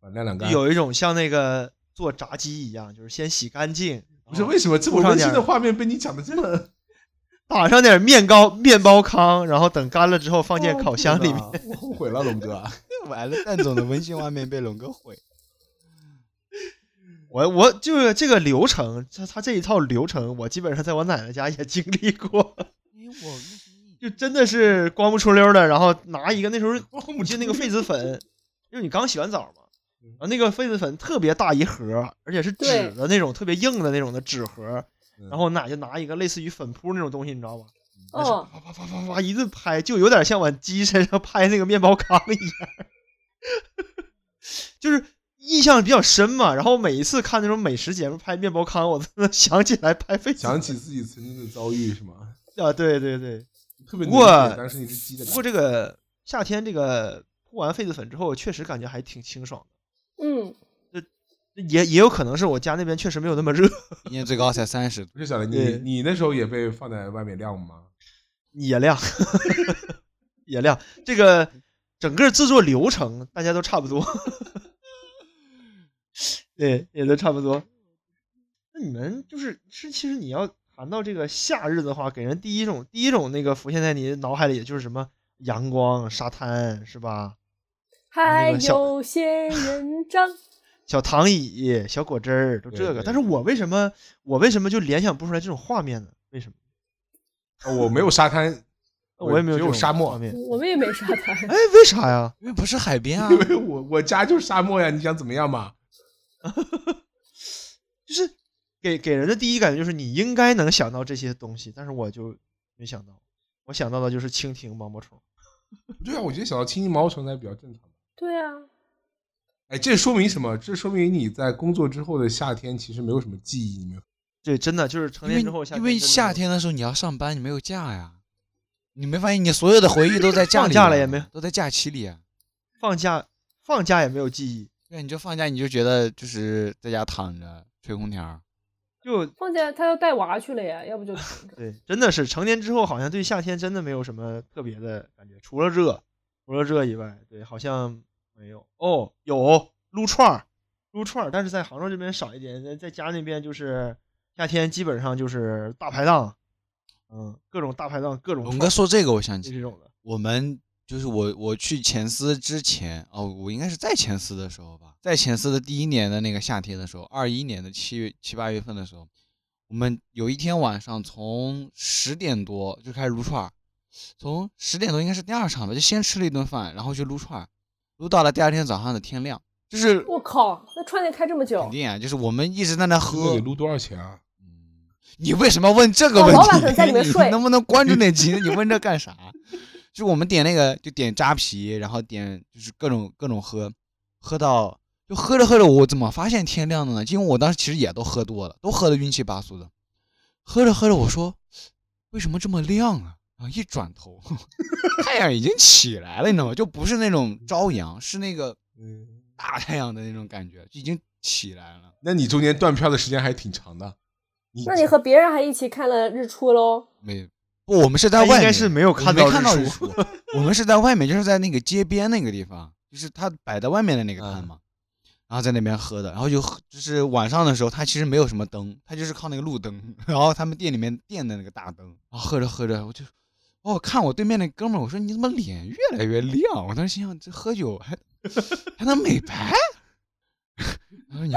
Speaker 1: 把晾晾干。
Speaker 3: 有一种像那个做炸鸡一样，就是先洗干净，啊
Speaker 1: 不是
Speaker 3: 然后
Speaker 1: 为什么这么
Speaker 3: 铺上
Speaker 1: 温馨
Speaker 3: 点
Speaker 1: 的
Speaker 3: 儿
Speaker 1: 画面被你讲的这么
Speaker 3: 打上点面糕面包糠，然后等干了之后放
Speaker 2: 哦
Speaker 3: 进烤箱里面。
Speaker 1: 面？我后悔了，龙哥。
Speaker 4: 完了，蛋总的温馨画面被龙哥毁。
Speaker 3: 我我就是这个流程，他他这一套流程，我基本上在我奶奶家也经历过，
Speaker 4: 因为我
Speaker 3: 就真的是光不出溜的，然后拿一个那时候你记得那个痱子粉，就是你刚洗完澡嘛，
Speaker 1: 嗯
Speaker 3: 然后那个痱子粉特别大一盒，而且是纸
Speaker 2: 对
Speaker 3: 的那种特别硬的那种的纸盒，
Speaker 1: 嗯
Speaker 3: 然后我奶就拿一个类似于粉扑那种东西，你知道吧？
Speaker 2: 哦，
Speaker 3: 啪啪啪啪啪一顿拍，就有点像往鸡身上拍那个面包糠一样， 就是印象比较深嘛。然后每一次看那种美食节目拍面包糠，我真的想起来拍痱子
Speaker 1: 想起自己曾经的遭遇是吗？
Speaker 3: 啊，对对对。
Speaker 1: 特别
Speaker 3: 不过
Speaker 1: 能理解当时你是鸡的
Speaker 3: 不
Speaker 1: 感
Speaker 3: 过
Speaker 1: 觉，
Speaker 3: 这个夏天这个铺完痱子粉之后，确实感觉还挺清爽
Speaker 2: 嗯，
Speaker 3: 的，也也有可能是我家那边确实没有那么热。
Speaker 4: 今年最高才三十度，
Speaker 1: 不是小林，
Speaker 3: 对
Speaker 1: 你你那时候也被放在外面晾吗？
Speaker 3: 也亮， 也亮。这个整个制作流程大家都差不多， 对，也都差不多。那你们就是是，其实你要谈到这个夏日的话，给人第一种第一种那个浮现在你脑海里，就是什么阳光、沙滩，是吧？
Speaker 2: 还
Speaker 3: 那个小
Speaker 2: 有仙人掌，
Speaker 3: 小躺椅、小果汁儿，都这
Speaker 1: 对
Speaker 3: 个。
Speaker 1: 对
Speaker 3: 但是我为什么我为什么就联想不出来这种画面呢？为什么？
Speaker 1: 哦我没有沙 滩，
Speaker 3: 我也没有
Speaker 1: 只
Speaker 3: 这
Speaker 1: 有
Speaker 3: 种
Speaker 1: 沙
Speaker 3: 画
Speaker 1: 漠，
Speaker 3: 面。
Speaker 2: 我们也没沙滩。
Speaker 3: 哎，为啥呀？
Speaker 4: 因为不是海边啊
Speaker 1: 因为我我家就是沙漠呀，你想怎么样嘛？
Speaker 3: 就是给给人的第一感觉就是你应该能想到这些东西，但是我就没想到，我想到的就是蜻蜓、毛毛虫。
Speaker 1: 对啊，我觉得想到青青毛毛虫才比较正常。
Speaker 2: 对啊，
Speaker 1: 哎，这说明什么？这说明你在工作之后的夏天其实没有什么记忆，你没有
Speaker 3: 对，真的就是成
Speaker 4: 因
Speaker 3: 年之后
Speaker 4: 为
Speaker 3: 夏
Speaker 4: 因为
Speaker 3: 真的
Speaker 4: 夏天的时候你要上班，你没有假呀，你没发现你所有的回忆都在假
Speaker 3: 放
Speaker 4: 里
Speaker 3: 假
Speaker 4: 啊
Speaker 3: 了也没有
Speaker 4: 都在假期里啊？
Speaker 3: 放假放假也没有记忆，
Speaker 4: 对，你就放假你就觉得就是在家躺着吹空调，
Speaker 3: 就
Speaker 2: 放假他要带娃去了呀，要 不就
Speaker 3: 对，真的是成年之后，好像对夏天真的没有什么特别的感觉，除了热，除了热以外，对，好像没有。哦，有撸串儿，撸串儿，但是在杭州这边少一点，在在家那边就是夏天基本上就是大排档，嗯，各种大排档，各种
Speaker 4: 龙
Speaker 3: 串
Speaker 4: 哥
Speaker 3: 儿
Speaker 4: 说这个，我想
Speaker 3: 就
Speaker 4: 起
Speaker 3: 这种的。
Speaker 4: 我们就是我我去前司之前哦，我应该是在前司的时候吧，在前司的第一年的那个夏天的时候，二一年的七月七八月份的时候，我们有一天晚上从十点多就开始撸串儿，从十点多应该是第二场吧，就先吃了一顿饭，然后去撸串儿，撸到了第二天早上的天亮，就是
Speaker 2: 我靠，那串店开这么久
Speaker 4: 肯，定啊，就是我们一直在那
Speaker 1: 喝
Speaker 4: 喝
Speaker 1: 得。撸多少钱啊？
Speaker 4: 嗯你为什么问这个
Speaker 2: 哦
Speaker 4: 问题？
Speaker 2: 老板可能在里面睡
Speaker 4: 你能不能关注点情？你问这干啥？ 就我们点那个，就点扎啤，然后点就是各种各种喝，喝到就喝着喝着，我怎么发现天亮的呢？因为我当时其实也都喝多了，都喝的晕七八糟的。喝着喝着，我说为什么这么亮啊？然后一转头， 太阳已经起来了，你知道吗？就不是那种朝阳，是那个
Speaker 1: 嗯，
Speaker 4: 大太阳的那种感觉，就已经起来了。
Speaker 1: 那你中间断片的时间还挺长的。你
Speaker 2: 那你和别人还一起看了日出喽？
Speaker 4: 没不，我们是在
Speaker 3: 他
Speaker 4: 外
Speaker 3: 应
Speaker 4: 面，
Speaker 3: 该是没有
Speaker 4: 我
Speaker 3: 看
Speaker 4: 没
Speaker 3: 到
Speaker 4: 看到
Speaker 3: 日
Speaker 4: 出， 我们是在外面，就是在那个街边那个地方，就是他摆在外面的那个摊
Speaker 1: 嗯
Speaker 4: 嘛，然后在那边喝的，然后就喝就是晚上的时候，他其实没有什么灯，他就是靠那个路灯， 然后他们店里面店的那个大灯，然后喝着喝着，我就哦看我对面那哥们儿，我说你怎么脸越来越亮？我当时心想这喝酒 还还能美白？ 他说你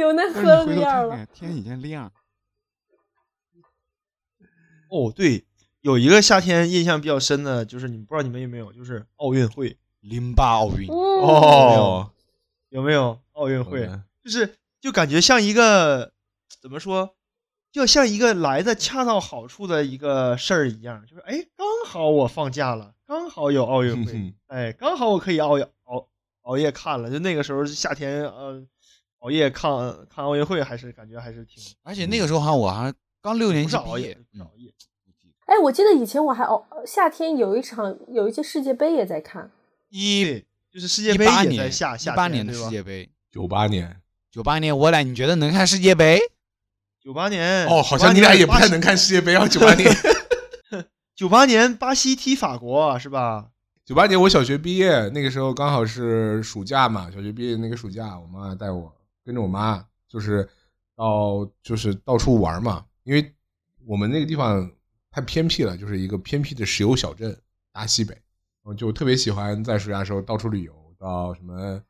Speaker 2: 有那
Speaker 4: 他
Speaker 2: 喝
Speaker 4: 说
Speaker 2: 的
Speaker 4: 你回头
Speaker 2: 样
Speaker 4: 看
Speaker 2: 了，嗯
Speaker 4: 看天已经亮了，
Speaker 3: 哦，对，有一个夏天印象比较深的，就是你们不知道你们有没有，就是奥运会
Speaker 4: 淋巴奥运。
Speaker 2: 嗯，
Speaker 1: 哦，
Speaker 3: 有没有奥运
Speaker 4: 哦
Speaker 3: 会？
Speaker 1: 好的
Speaker 3: 就是就感觉像一个怎么说，就像一个来的恰到好处的一个事儿一样，就是哎，刚好我放假了，刚好有奥
Speaker 1: 嗯
Speaker 3: 运会，
Speaker 4: 嗯
Speaker 3: 哎，刚好我可以熬夜熬熬夜看了，就那个时候夏天，呃，熬夜看看奥运会还是感觉还是挺
Speaker 4: 而且那个时候好像我还刚六年
Speaker 3: 不
Speaker 4: 级
Speaker 3: 是
Speaker 4: 毕
Speaker 3: 熬夜
Speaker 4: 业，，嗯
Speaker 3: 不是熬夜，
Speaker 2: 哎，我记得以前我还哦，夏天有一场有一届世界杯也在看，
Speaker 4: 一
Speaker 3: 对，就是世界
Speaker 4: 一
Speaker 3: 杯
Speaker 4: 八
Speaker 3: 也在
Speaker 4: 年
Speaker 3: 夏
Speaker 4: 一
Speaker 3: 夏
Speaker 4: 八
Speaker 3: 天
Speaker 4: 年的
Speaker 3: 对
Speaker 4: 世
Speaker 3: 吧
Speaker 4: 界杯，
Speaker 1: 九八年
Speaker 4: 九八年我俩你觉得能看世界杯？
Speaker 3: 九哎八年
Speaker 1: 哦，好像你俩也不太能。看
Speaker 3: 98
Speaker 1: 世界杯啊。九八年，
Speaker 3: 九八年巴西踢法国啊是吧？
Speaker 1: 九八年我小学毕业，那个时候刚好是暑假嘛，小学毕业那个暑假，我妈带我跟着我妈，就是到就是到处玩嘛，因为我们那个地方太偏僻了，就是一个偏僻的石油小镇，大西北，我就特别喜欢在暑假的时候到处旅游，到什么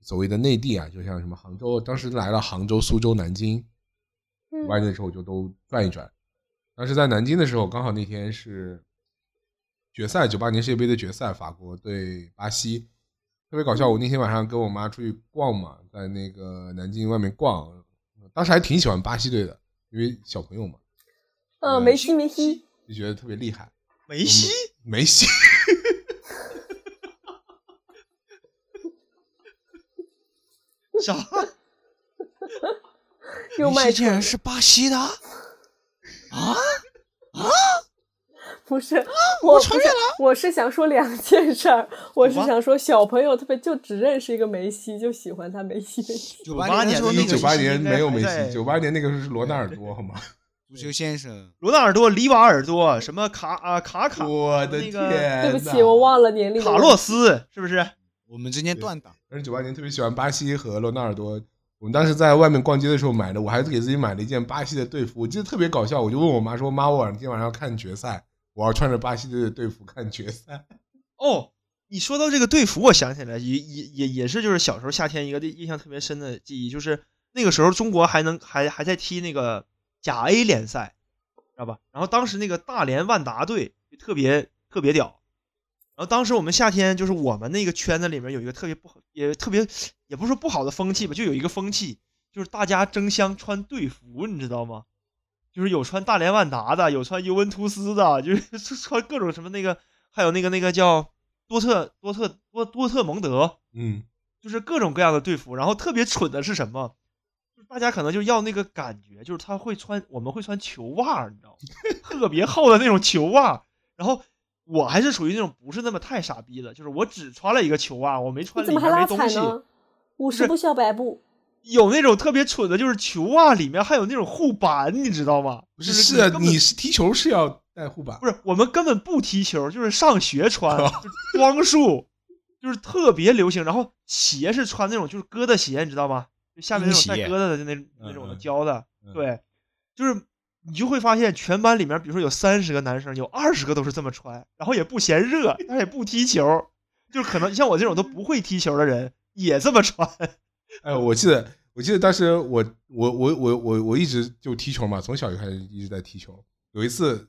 Speaker 1: 所谓的内地啊，就像什么杭州，当时来了杭州、苏州、南京，
Speaker 2: 嗯，
Speaker 1: 完的时候我就都转一转。当时在南京的时候，刚好那天是决赛，九八年世界杯的决赛，法国对巴西，特别搞笑。我那天晚上跟我妈出去逛嘛，在那个南京外面逛，当时还挺喜欢巴西队的，因为小朋友嘛，
Speaker 2: 嗯，梅西梅西，
Speaker 1: 就觉得特别厉害。
Speaker 3: 梅
Speaker 4: 嗯
Speaker 3: 西
Speaker 1: 梅 西，
Speaker 3: 啥？
Speaker 2: 又
Speaker 4: 梅
Speaker 2: 卖
Speaker 4: 西竟
Speaker 2: 蠢
Speaker 4: 然，是巴西的，啊
Speaker 2: 不是，
Speaker 3: 啊
Speaker 2: 我承认了，我是想说两件事儿，我是
Speaker 3: 好吧
Speaker 2: 想说小朋友特别就只认识一个梅西，就喜欢他梅西梅西，
Speaker 4: 九
Speaker 3: 98
Speaker 4: 年
Speaker 3: 年
Speaker 4: 的时候
Speaker 3: 的
Speaker 1: 一
Speaker 4: 那
Speaker 1: 九
Speaker 4: 个
Speaker 1: 八
Speaker 3: 时候
Speaker 1: 年
Speaker 3: 应该
Speaker 1: 没有
Speaker 3: 还
Speaker 1: 梅
Speaker 3: 在
Speaker 1: 西，九八年那个时候是罗纳尔多，好吗？
Speaker 4: 足球先生，
Speaker 3: 罗纳尔多、里瓦尔多，什么卡啊卡卡，
Speaker 1: 我的
Speaker 3: 那
Speaker 1: 天
Speaker 3: 个
Speaker 1: 呐！
Speaker 2: 对不起，我忘了年龄的
Speaker 3: 卡
Speaker 2: 问
Speaker 3: 洛
Speaker 2: 题，
Speaker 3: 斯是不是？
Speaker 4: 我们之间断档，
Speaker 1: 但是九八年特别喜欢巴西和罗纳尔多。我们当时在外面逛街的时候买的，我还给自己买了一件巴西的队服，我记得特别搞笑。我就问我妈说：“妈，我晚上今天晚上要看决赛，我要穿着巴西队的队服看决赛。
Speaker 3: 哦，你说到这个队服，我想起来也也也也是，就是小时候夏天一个印象特别深的记忆，就是那个时候中国还能还还在踢那个甲 A 联赛，知道吧？然后当时那个大连万达队就特别特别屌。然后当时我们夏天就是我们那个圈子里面有一个特别不好，也特别也不是说不好的风气吧，就有一个风气，就是大家争相穿队服，你知道吗？就是有穿大连万达的，有穿尤文图斯的，就是 穿各种什么那个，还有那个那个叫多特多特多多特蒙德，
Speaker 1: 嗯，
Speaker 3: 就是各种各样的队服。然后特别蠢的是什么？就是大家可能就要那个感觉，就是他会穿，我们会穿球袜，你知道吗？ 特别厚的那种球袜。然后我还是属于那种不是那么太傻逼的，就是我只穿了一个球袜，我没
Speaker 2: 你
Speaker 3: 穿里
Speaker 2: 怎么
Speaker 3: 面
Speaker 2: 还
Speaker 3: 没
Speaker 2: 拉
Speaker 3: 东
Speaker 2: 踩
Speaker 3: 西。
Speaker 2: 呢？五
Speaker 3: 是
Speaker 2: 十步笑百步，
Speaker 3: 有那种特别蠢的，就是球袜里面还有那种护板，你知道吗？
Speaker 1: 不是
Speaker 3: 就是
Speaker 1: 啊，
Speaker 3: 根本
Speaker 1: 你是踢球是要带护板
Speaker 3: 不，是我们根本不踢球，就是上学 穿，就是装束，就是特别流行。然后鞋是穿那种就是疙瘩鞋，你知道吗？就下面那种带
Speaker 5: 钉
Speaker 3: 疙
Speaker 5: 鞋
Speaker 3: 瘩的那那种的
Speaker 1: 嗯嗯
Speaker 3: 胶的，
Speaker 1: 嗯
Speaker 3: 对，就是你就会发现全班里面，比如说有三十个男生，有二十个都是这么穿，然后也不嫌热，但是也不踢球，就是可能像我这种都不会踢球的人也这么穿。
Speaker 1: 哎，我记得，我记得当时我我我我我我一直就踢球嘛，从小就开始一直在踢球。有一次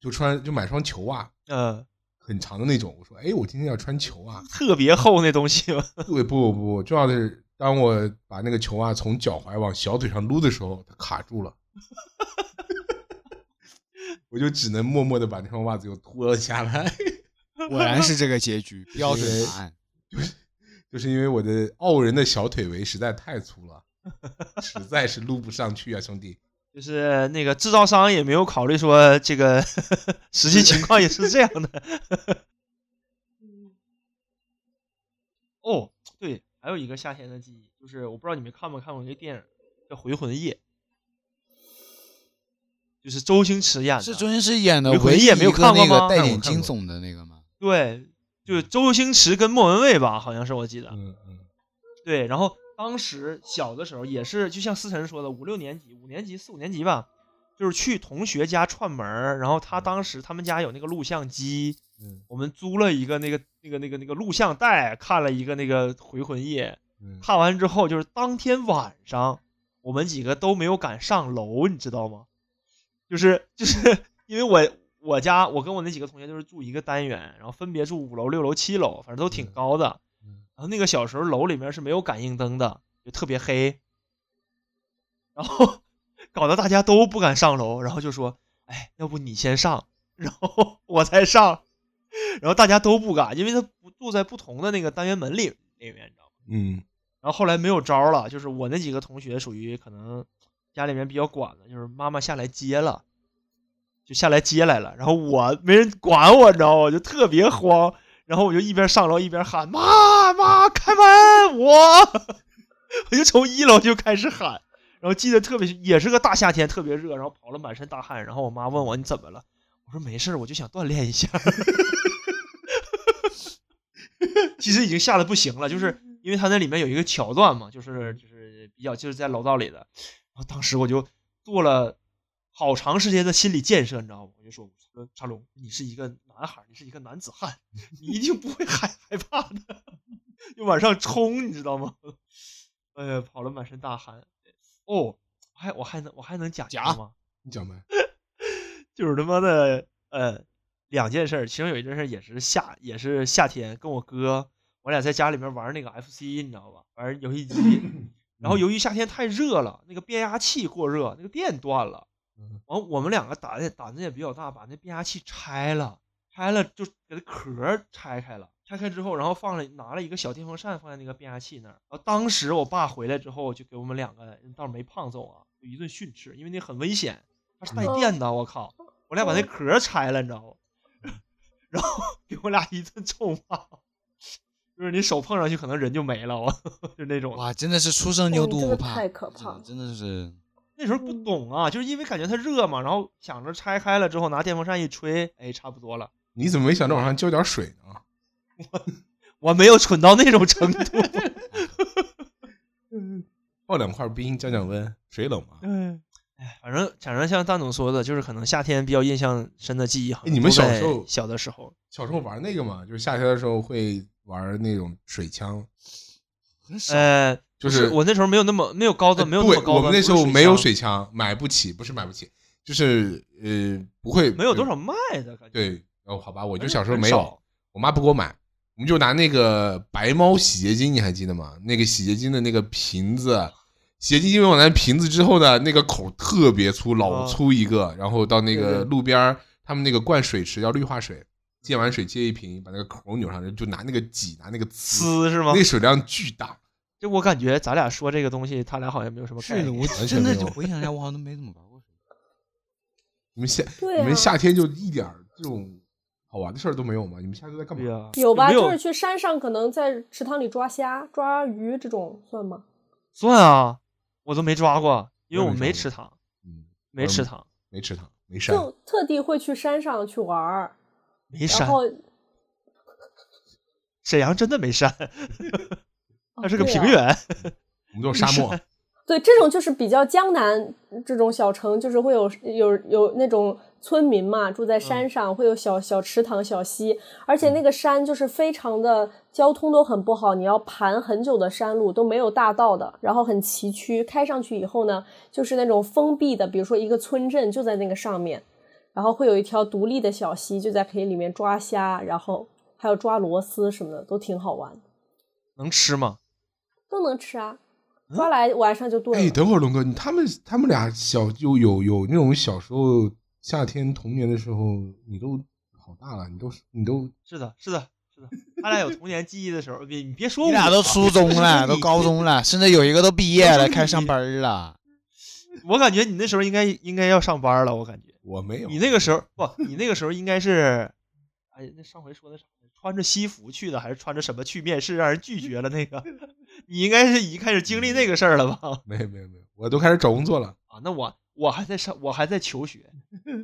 Speaker 1: 就穿就买双球袜，
Speaker 3: 嗯，
Speaker 1: 很长的那种。我说，哎，我今天要穿球啊袜。
Speaker 3: 特别厚那东西嘛，
Speaker 1: 对，不不不，重要的是，当我把那个球袜从脚踝往小腿上撸的时候，它卡住了， 我就只能默默的把那双袜子又脱了下来。
Speaker 4: 果然是这个 结局，标准答案。
Speaker 1: 就是因为我的傲人的小腿围实在太粗了，实在是撸不上去啊，兄 弟。
Speaker 3: 就是那个制造商也没有考虑说这个 实际情况也是这样的。嗯哦，对，还有一个夏天的记忆，就是我不知道你们看没看过一个电影叫《回魂夜》，就是周星驰演的，
Speaker 4: 是周星驰演的
Speaker 3: 有
Speaker 4: 唯
Speaker 3: 你
Speaker 4: 一
Speaker 3: 也
Speaker 4: 一
Speaker 3: 没有
Speaker 4: 个
Speaker 3: 看过
Speaker 4: 那
Speaker 3: 吗
Speaker 4: 个带
Speaker 1: 看
Speaker 4: 点
Speaker 1: 过看
Speaker 4: 惊
Speaker 1: 过
Speaker 4: 悚的那个吗？
Speaker 3: 对，就是周星驰跟莫文蔚吧，好像是我记得，
Speaker 1: 嗯嗯，
Speaker 3: 对，然后当时小的时候也是，就像思辰说的，五六年级、五年级、四五年级吧，就是去同学家串门儿。然后
Speaker 4: 嗯
Speaker 3: 他当时他们家有那个录像机，
Speaker 1: 嗯
Speaker 3: 我们租了一个那个那个那个那个录像带，看了一个那个《回魂夜
Speaker 1: 嗯》。
Speaker 3: 看完之后，就是当天晚上，我们几个都没有敢上楼，你知道吗？就是 就是因为我我家我跟我那几个同学就是住一个单元，然后分别住五楼、六楼、七楼，反正都挺
Speaker 1: 嗯
Speaker 3: 高的。
Speaker 1: 嗯
Speaker 3: 然后那个小时候楼里面是没有感应灯的，就特别黑，然后 搞得大家都不敢上楼，然后就说：“哎，要不你先上，然后 我再上。”然后大家都不敢，因为他不住在不同的那个单元门里里面，你知道吗？
Speaker 1: 嗯
Speaker 3: 然后后来没有招儿了，就是我那几个同学属于可能家里面比较管的，就是妈妈下来接了，就下来接来了，然后我没人管我，你知道吗？我就特别慌，然后我就一边上楼一边喊妈妈开门，我 我就从一楼就开始喊，然后记得特别也是个大夏天，特别热，然后跑了满身大汗，然后我妈问我你怎么了？我说没事儿，我就想锻炼一下。其实已经吓得不行了，就是因为它那里面有一个桥段嘛，就是就是比较就是在楼道里的，然后当时我就做了好长时间的心理建设，你知道吗？我就说，我说沙龙，你是一个男孩儿，你是一个男子汉，你一定不会害害怕的， 就往上冲，你知道吗？ 哎呀，跑了满身大汗。哦，还我还能我还能讲一个
Speaker 5: 讲
Speaker 3: 吗？
Speaker 1: 你讲呗。
Speaker 3: 就是他妈的呃两件事儿，其中有一件事儿也是夏也是夏天，跟我哥我俩在家里面玩那个 FC，你知道吧？玩游戏机，然后由于夏天太热了，那个变压器过热，那个电断了
Speaker 1: 嗯。
Speaker 3: 完，我们两个胆子胆子也比较大，把那变压器拆了，拆了就给它壳儿拆开了，拆开之后，然后放了拿了一个小电风扇放在那个变压器那儿。然后当时我爸回来之后，就给我们两个倒是没胖揍啊，就一顿训斥，因为那很危险，它是带
Speaker 2: 嗯
Speaker 3: 电的，我靠！我俩把那壳儿拆了，你知道吗？ 然后给我俩一顿臭骂，就是你手碰上去可能人就没了，我 就是那种的。
Speaker 4: 哇，真的是初生牛
Speaker 2: 嗯这
Speaker 4: 犊
Speaker 2: 个
Speaker 4: 不怕
Speaker 2: 太
Speaker 4: 虎，
Speaker 2: 可
Speaker 4: 这
Speaker 2: 怕
Speaker 4: 个
Speaker 2: 了
Speaker 4: 真的是
Speaker 3: 那时候不懂啊，就是因为感觉它热嘛，然后想着拆开了之后拿电风扇一吹，哎，差不多了。
Speaker 1: 你怎么没想着往上浇点水呢？
Speaker 3: 我没有蠢到那种程度。
Speaker 1: 爆两块冰降降温，水冷吗？
Speaker 3: 嗯，哎，反正反正像大总说的，就是可能夏天比较印象深的记忆，好像
Speaker 1: 哎你们
Speaker 3: 都在
Speaker 1: 小时候
Speaker 3: 小的时候，
Speaker 1: 小时候玩那个嘛，就是夏天的时候会玩那种水枪，
Speaker 4: 很少。
Speaker 3: 呃，
Speaker 1: 就
Speaker 3: 不
Speaker 1: 是
Speaker 3: 是我那时候没有那么没有高
Speaker 1: 呃
Speaker 3: 端，没有那么
Speaker 1: 对
Speaker 3: 高端。
Speaker 1: 我们那时
Speaker 3: 不
Speaker 1: 候
Speaker 3: 是
Speaker 1: 没有
Speaker 3: 枪，
Speaker 1: 水枪，买不起，不是买不起，就是呃不会
Speaker 3: 没有多少卖的感觉。
Speaker 1: 对。哦，好吧，我
Speaker 3: 反
Speaker 1: 就
Speaker 3: 正很少，
Speaker 1: 小时候没有，嗯我妈不给我买，我们就拿那个白猫洗洁精，你还记得吗？那个洗洁精的那个瓶子，斜进金美往南瓶子之后呢，那个口特别粗，老
Speaker 3: 哦
Speaker 1: 粗一个，然后到那
Speaker 3: 对
Speaker 1: 个
Speaker 3: 对
Speaker 1: 路边儿他们那个灌水池叫绿化水，接完水接一瓶，把那个口扭上，就拿那个挤，拿那个呲，
Speaker 3: 呲是吗
Speaker 1: 那？个水量巨大。
Speaker 3: 就我感觉咱俩说这个东西，他俩好像没有什么概
Speaker 4: 是
Speaker 3: 念。
Speaker 4: 的，我
Speaker 1: 全
Speaker 4: 真的
Speaker 1: 没有
Speaker 4: 就回想一下，我好像都没怎么玩过水。
Speaker 1: 你们夏、
Speaker 2: 对
Speaker 1: 你
Speaker 2: 啊
Speaker 1: 们，夏天就一点儿这种好玩的事儿都没有吗？你们夏天都在干嘛？
Speaker 3: 对啊呀，
Speaker 2: 有吧？
Speaker 3: 没有
Speaker 2: 就是去山上，可能在池塘里抓虾、抓鱼这种算吗？
Speaker 3: 算啊，我都没抓过，因为
Speaker 1: 我也
Speaker 3: 我
Speaker 1: 没
Speaker 3: 没
Speaker 1: 抓
Speaker 3: 吃
Speaker 1: 过
Speaker 3: 糖，
Speaker 1: 嗯，
Speaker 3: 没
Speaker 1: 嗯
Speaker 3: 吃糖，
Speaker 1: 没池塘，没
Speaker 3: 啊
Speaker 1: 山，
Speaker 2: 就特地会去山上去玩儿，
Speaker 3: 没
Speaker 2: 然
Speaker 3: 山。
Speaker 2: 后
Speaker 3: 沈阳真的没山，它是个
Speaker 2: 对啊
Speaker 3: 平原。
Speaker 1: 我们都是沙漠。
Speaker 2: 对，这种就是比较江南这种小城，就是会有有有那种村民嘛，住在山上，会有小小池塘、小溪，而且那个山就是非常的交通都很不好，你要盘很久的山路都没有大道的，然后很崎岖，开上去以后呢，就是那种封闭的，比如说一个村镇就在那个上面，然后会有一条独立的小溪，就在可以里面抓虾，然后还有抓螺丝什么的，都挺好玩，
Speaker 3: 能吃吗？
Speaker 2: 都能吃啊，抓来晚上就炖了。
Speaker 1: 哎，等会儿龙哥，你他们他们俩小就有有那种小时候夏天童年的时候，你都好大了，你都你都
Speaker 3: 是的，是的，是的。他俩有童年记忆的时候，你你别说我
Speaker 5: 你俩都
Speaker 3: 啊
Speaker 5: 初中 了，都高中了，甚至有一个都毕业了，开始上班儿了。
Speaker 3: 我感觉你那时候应该应该要上班了，我感觉
Speaker 1: 我没有。
Speaker 3: 你那个时候不，你那个时候应该是，哎，那上回说的啥？穿着西服去的，还是穿着什么去面试，让人拒绝了那个？ 你应该是已经开始经历那个事儿了吧？
Speaker 1: 没有没有没有，我都开始找工作了。
Speaker 3: 啊，那我我还在上，我还在求学，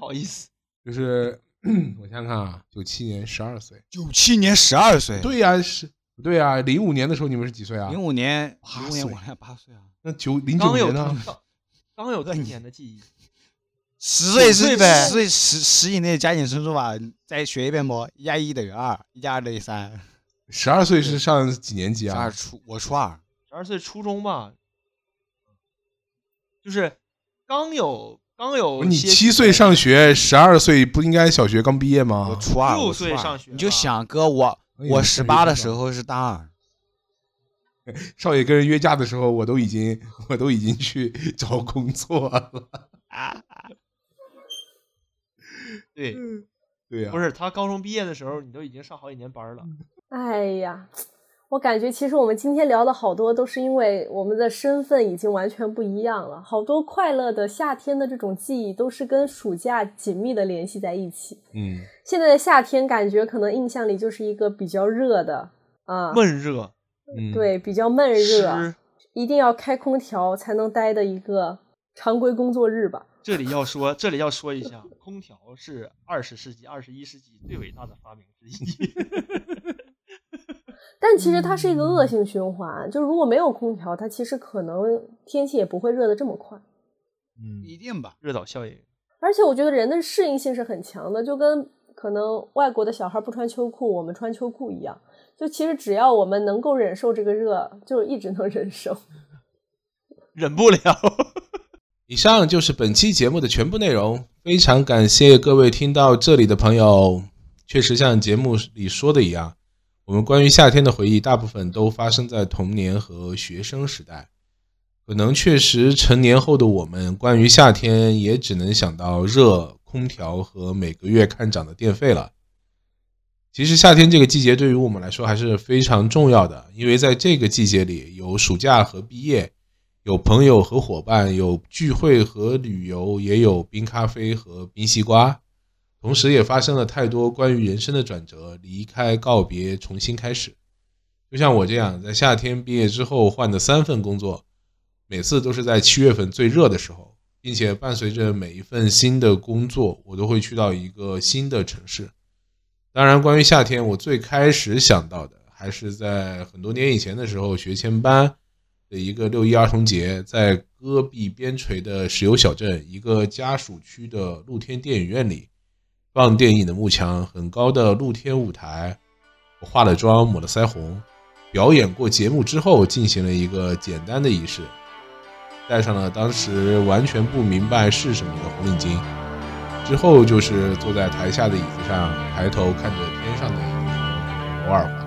Speaker 3: 不好意思，
Speaker 1: 就是 我想想看啊，九七年十二岁，
Speaker 5: 九七年十二岁，
Speaker 1: 对呀、是，对呀、零五年的时候你们是几岁啊？
Speaker 4: 零五年，
Speaker 1: 八
Speaker 4: 零五年
Speaker 1: 岁
Speaker 4: 我俩八岁啊，
Speaker 1: 那九零九
Speaker 3: 刚有
Speaker 1: 年
Speaker 3: 童
Speaker 1: 呢？
Speaker 3: 刚刚有童年的记忆，
Speaker 5: 十岁
Speaker 3: 九岁
Speaker 5: 是
Speaker 3: 呗
Speaker 5: 十岁十十以内加减乘除法再学一遍不？一加一等于二，一加二等于三。
Speaker 1: 十二岁是上几年级
Speaker 5: 十
Speaker 1: 啊
Speaker 5: 二？初，我初二，
Speaker 3: 十二岁初中吧，就是刚有刚有
Speaker 1: 不是你
Speaker 3: 些
Speaker 1: 七
Speaker 3: 许
Speaker 1: 岁
Speaker 3: 的
Speaker 1: 上学，十二岁不应该小学刚毕业
Speaker 5: 我
Speaker 1: 吗？
Speaker 5: 初二，
Speaker 3: 六
Speaker 5: 我初
Speaker 3: 岁
Speaker 5: 二
Speaker 3: 上学
Speaker 5: 你就
Speaker 3: 吧
Speaker 5: 想哥，我
Speaker 1: 哎呀
Speaker 5: 我
Speaker 1: 这
Speaker 5: 十
Speaker 1: 个
Speaker 5: 八的
Speaker 1: 知
Speaker 5: 时
Speaker 1: 道
Speaker 5: 候是大二，
Speaker 1: 少爷跟人约架的时候，我都已经我都已经去找工作了。
Speaker 3: 对，
Speaker 1: 对呀、
Speaker 3: 不是他高中毕业的时候，你都已经上好几年班了。
Speaker 2: 哎呀，我感觉其实我们今天聊的好多都是因为我们的身份已经完全不一样了，好多快乐的夏天的这种记忆都是跟暑假紧密的联系在一起。
Speaker 1: 嗯，
Speaker 2: 现在的夏天感觉可能印象里就是一个比较热的啊，
Speaker 3: 闷热，
Speaker 1: 嗯，
Speaker 2: 对，比较闷热，啊
Speaker 3: 湿，
Speaker 2: 一定要开空调才能待的一个常规工作日吧。
Speaker 3: 这里要说，这里要说一下，空调是二十世纪、二十一世纪最伟大的发明之一。
Speaker 2: 但其实它是一个恶性循环，就如果没有空调，它其实可能天气也不会热得这么快。
Speaker 1: 嗯，
Speaker 5: 一定吧？
Speaker 3: 热岛效应，
Speaker 2: 而且我觉得人的适应性是很强的，就跟可能外国的小孩不穿秋裤，我们穿秋裤一样。就其实只要我们能够忍受这个热，就一直能忍受。
Speaker 3: 忍不了。
Speaker 1: 以上就是本期节目的全部内容，非常感谢各位听到这里的朋友。确实像节目里说的一样，我们关于夏天的回忆，大部分都发生在童年和学生时代。可能确实成年后的我们，关于夏天也只能想到热、空调和每个月看涨的电费了。其实夏天这个季节对于我们来说还是非常重要的，因为在这个季节里有暑假和毕业，有朋友和伙伴，有聚会和旅游，也有冰咖啡和冰西瓜。同时，也发生了太多关于人生的转折，离开、告别、重新开始。就像我这样，在夏天毕业之后换的三份工作，每次都是在七月份最热的时候，并且伴随着每一份新的工作，我都会去到一个新的城市。当然，关于夏天，我最开始想到的还是在很多年以前的时候，学前班的一个六一儿童节，在戈壁边陲的石油小镇一个家属区的露天电影院里，放电影的幕墙，很高的露天舞台，我化了妆，抹了腮红，表演过节目之后，进行了一个简单的仪式，戴上了当时完全不明白是什么的红领巾。之后就是坐在台下的椅子上，抬头看着天上的一朵偶尔划过。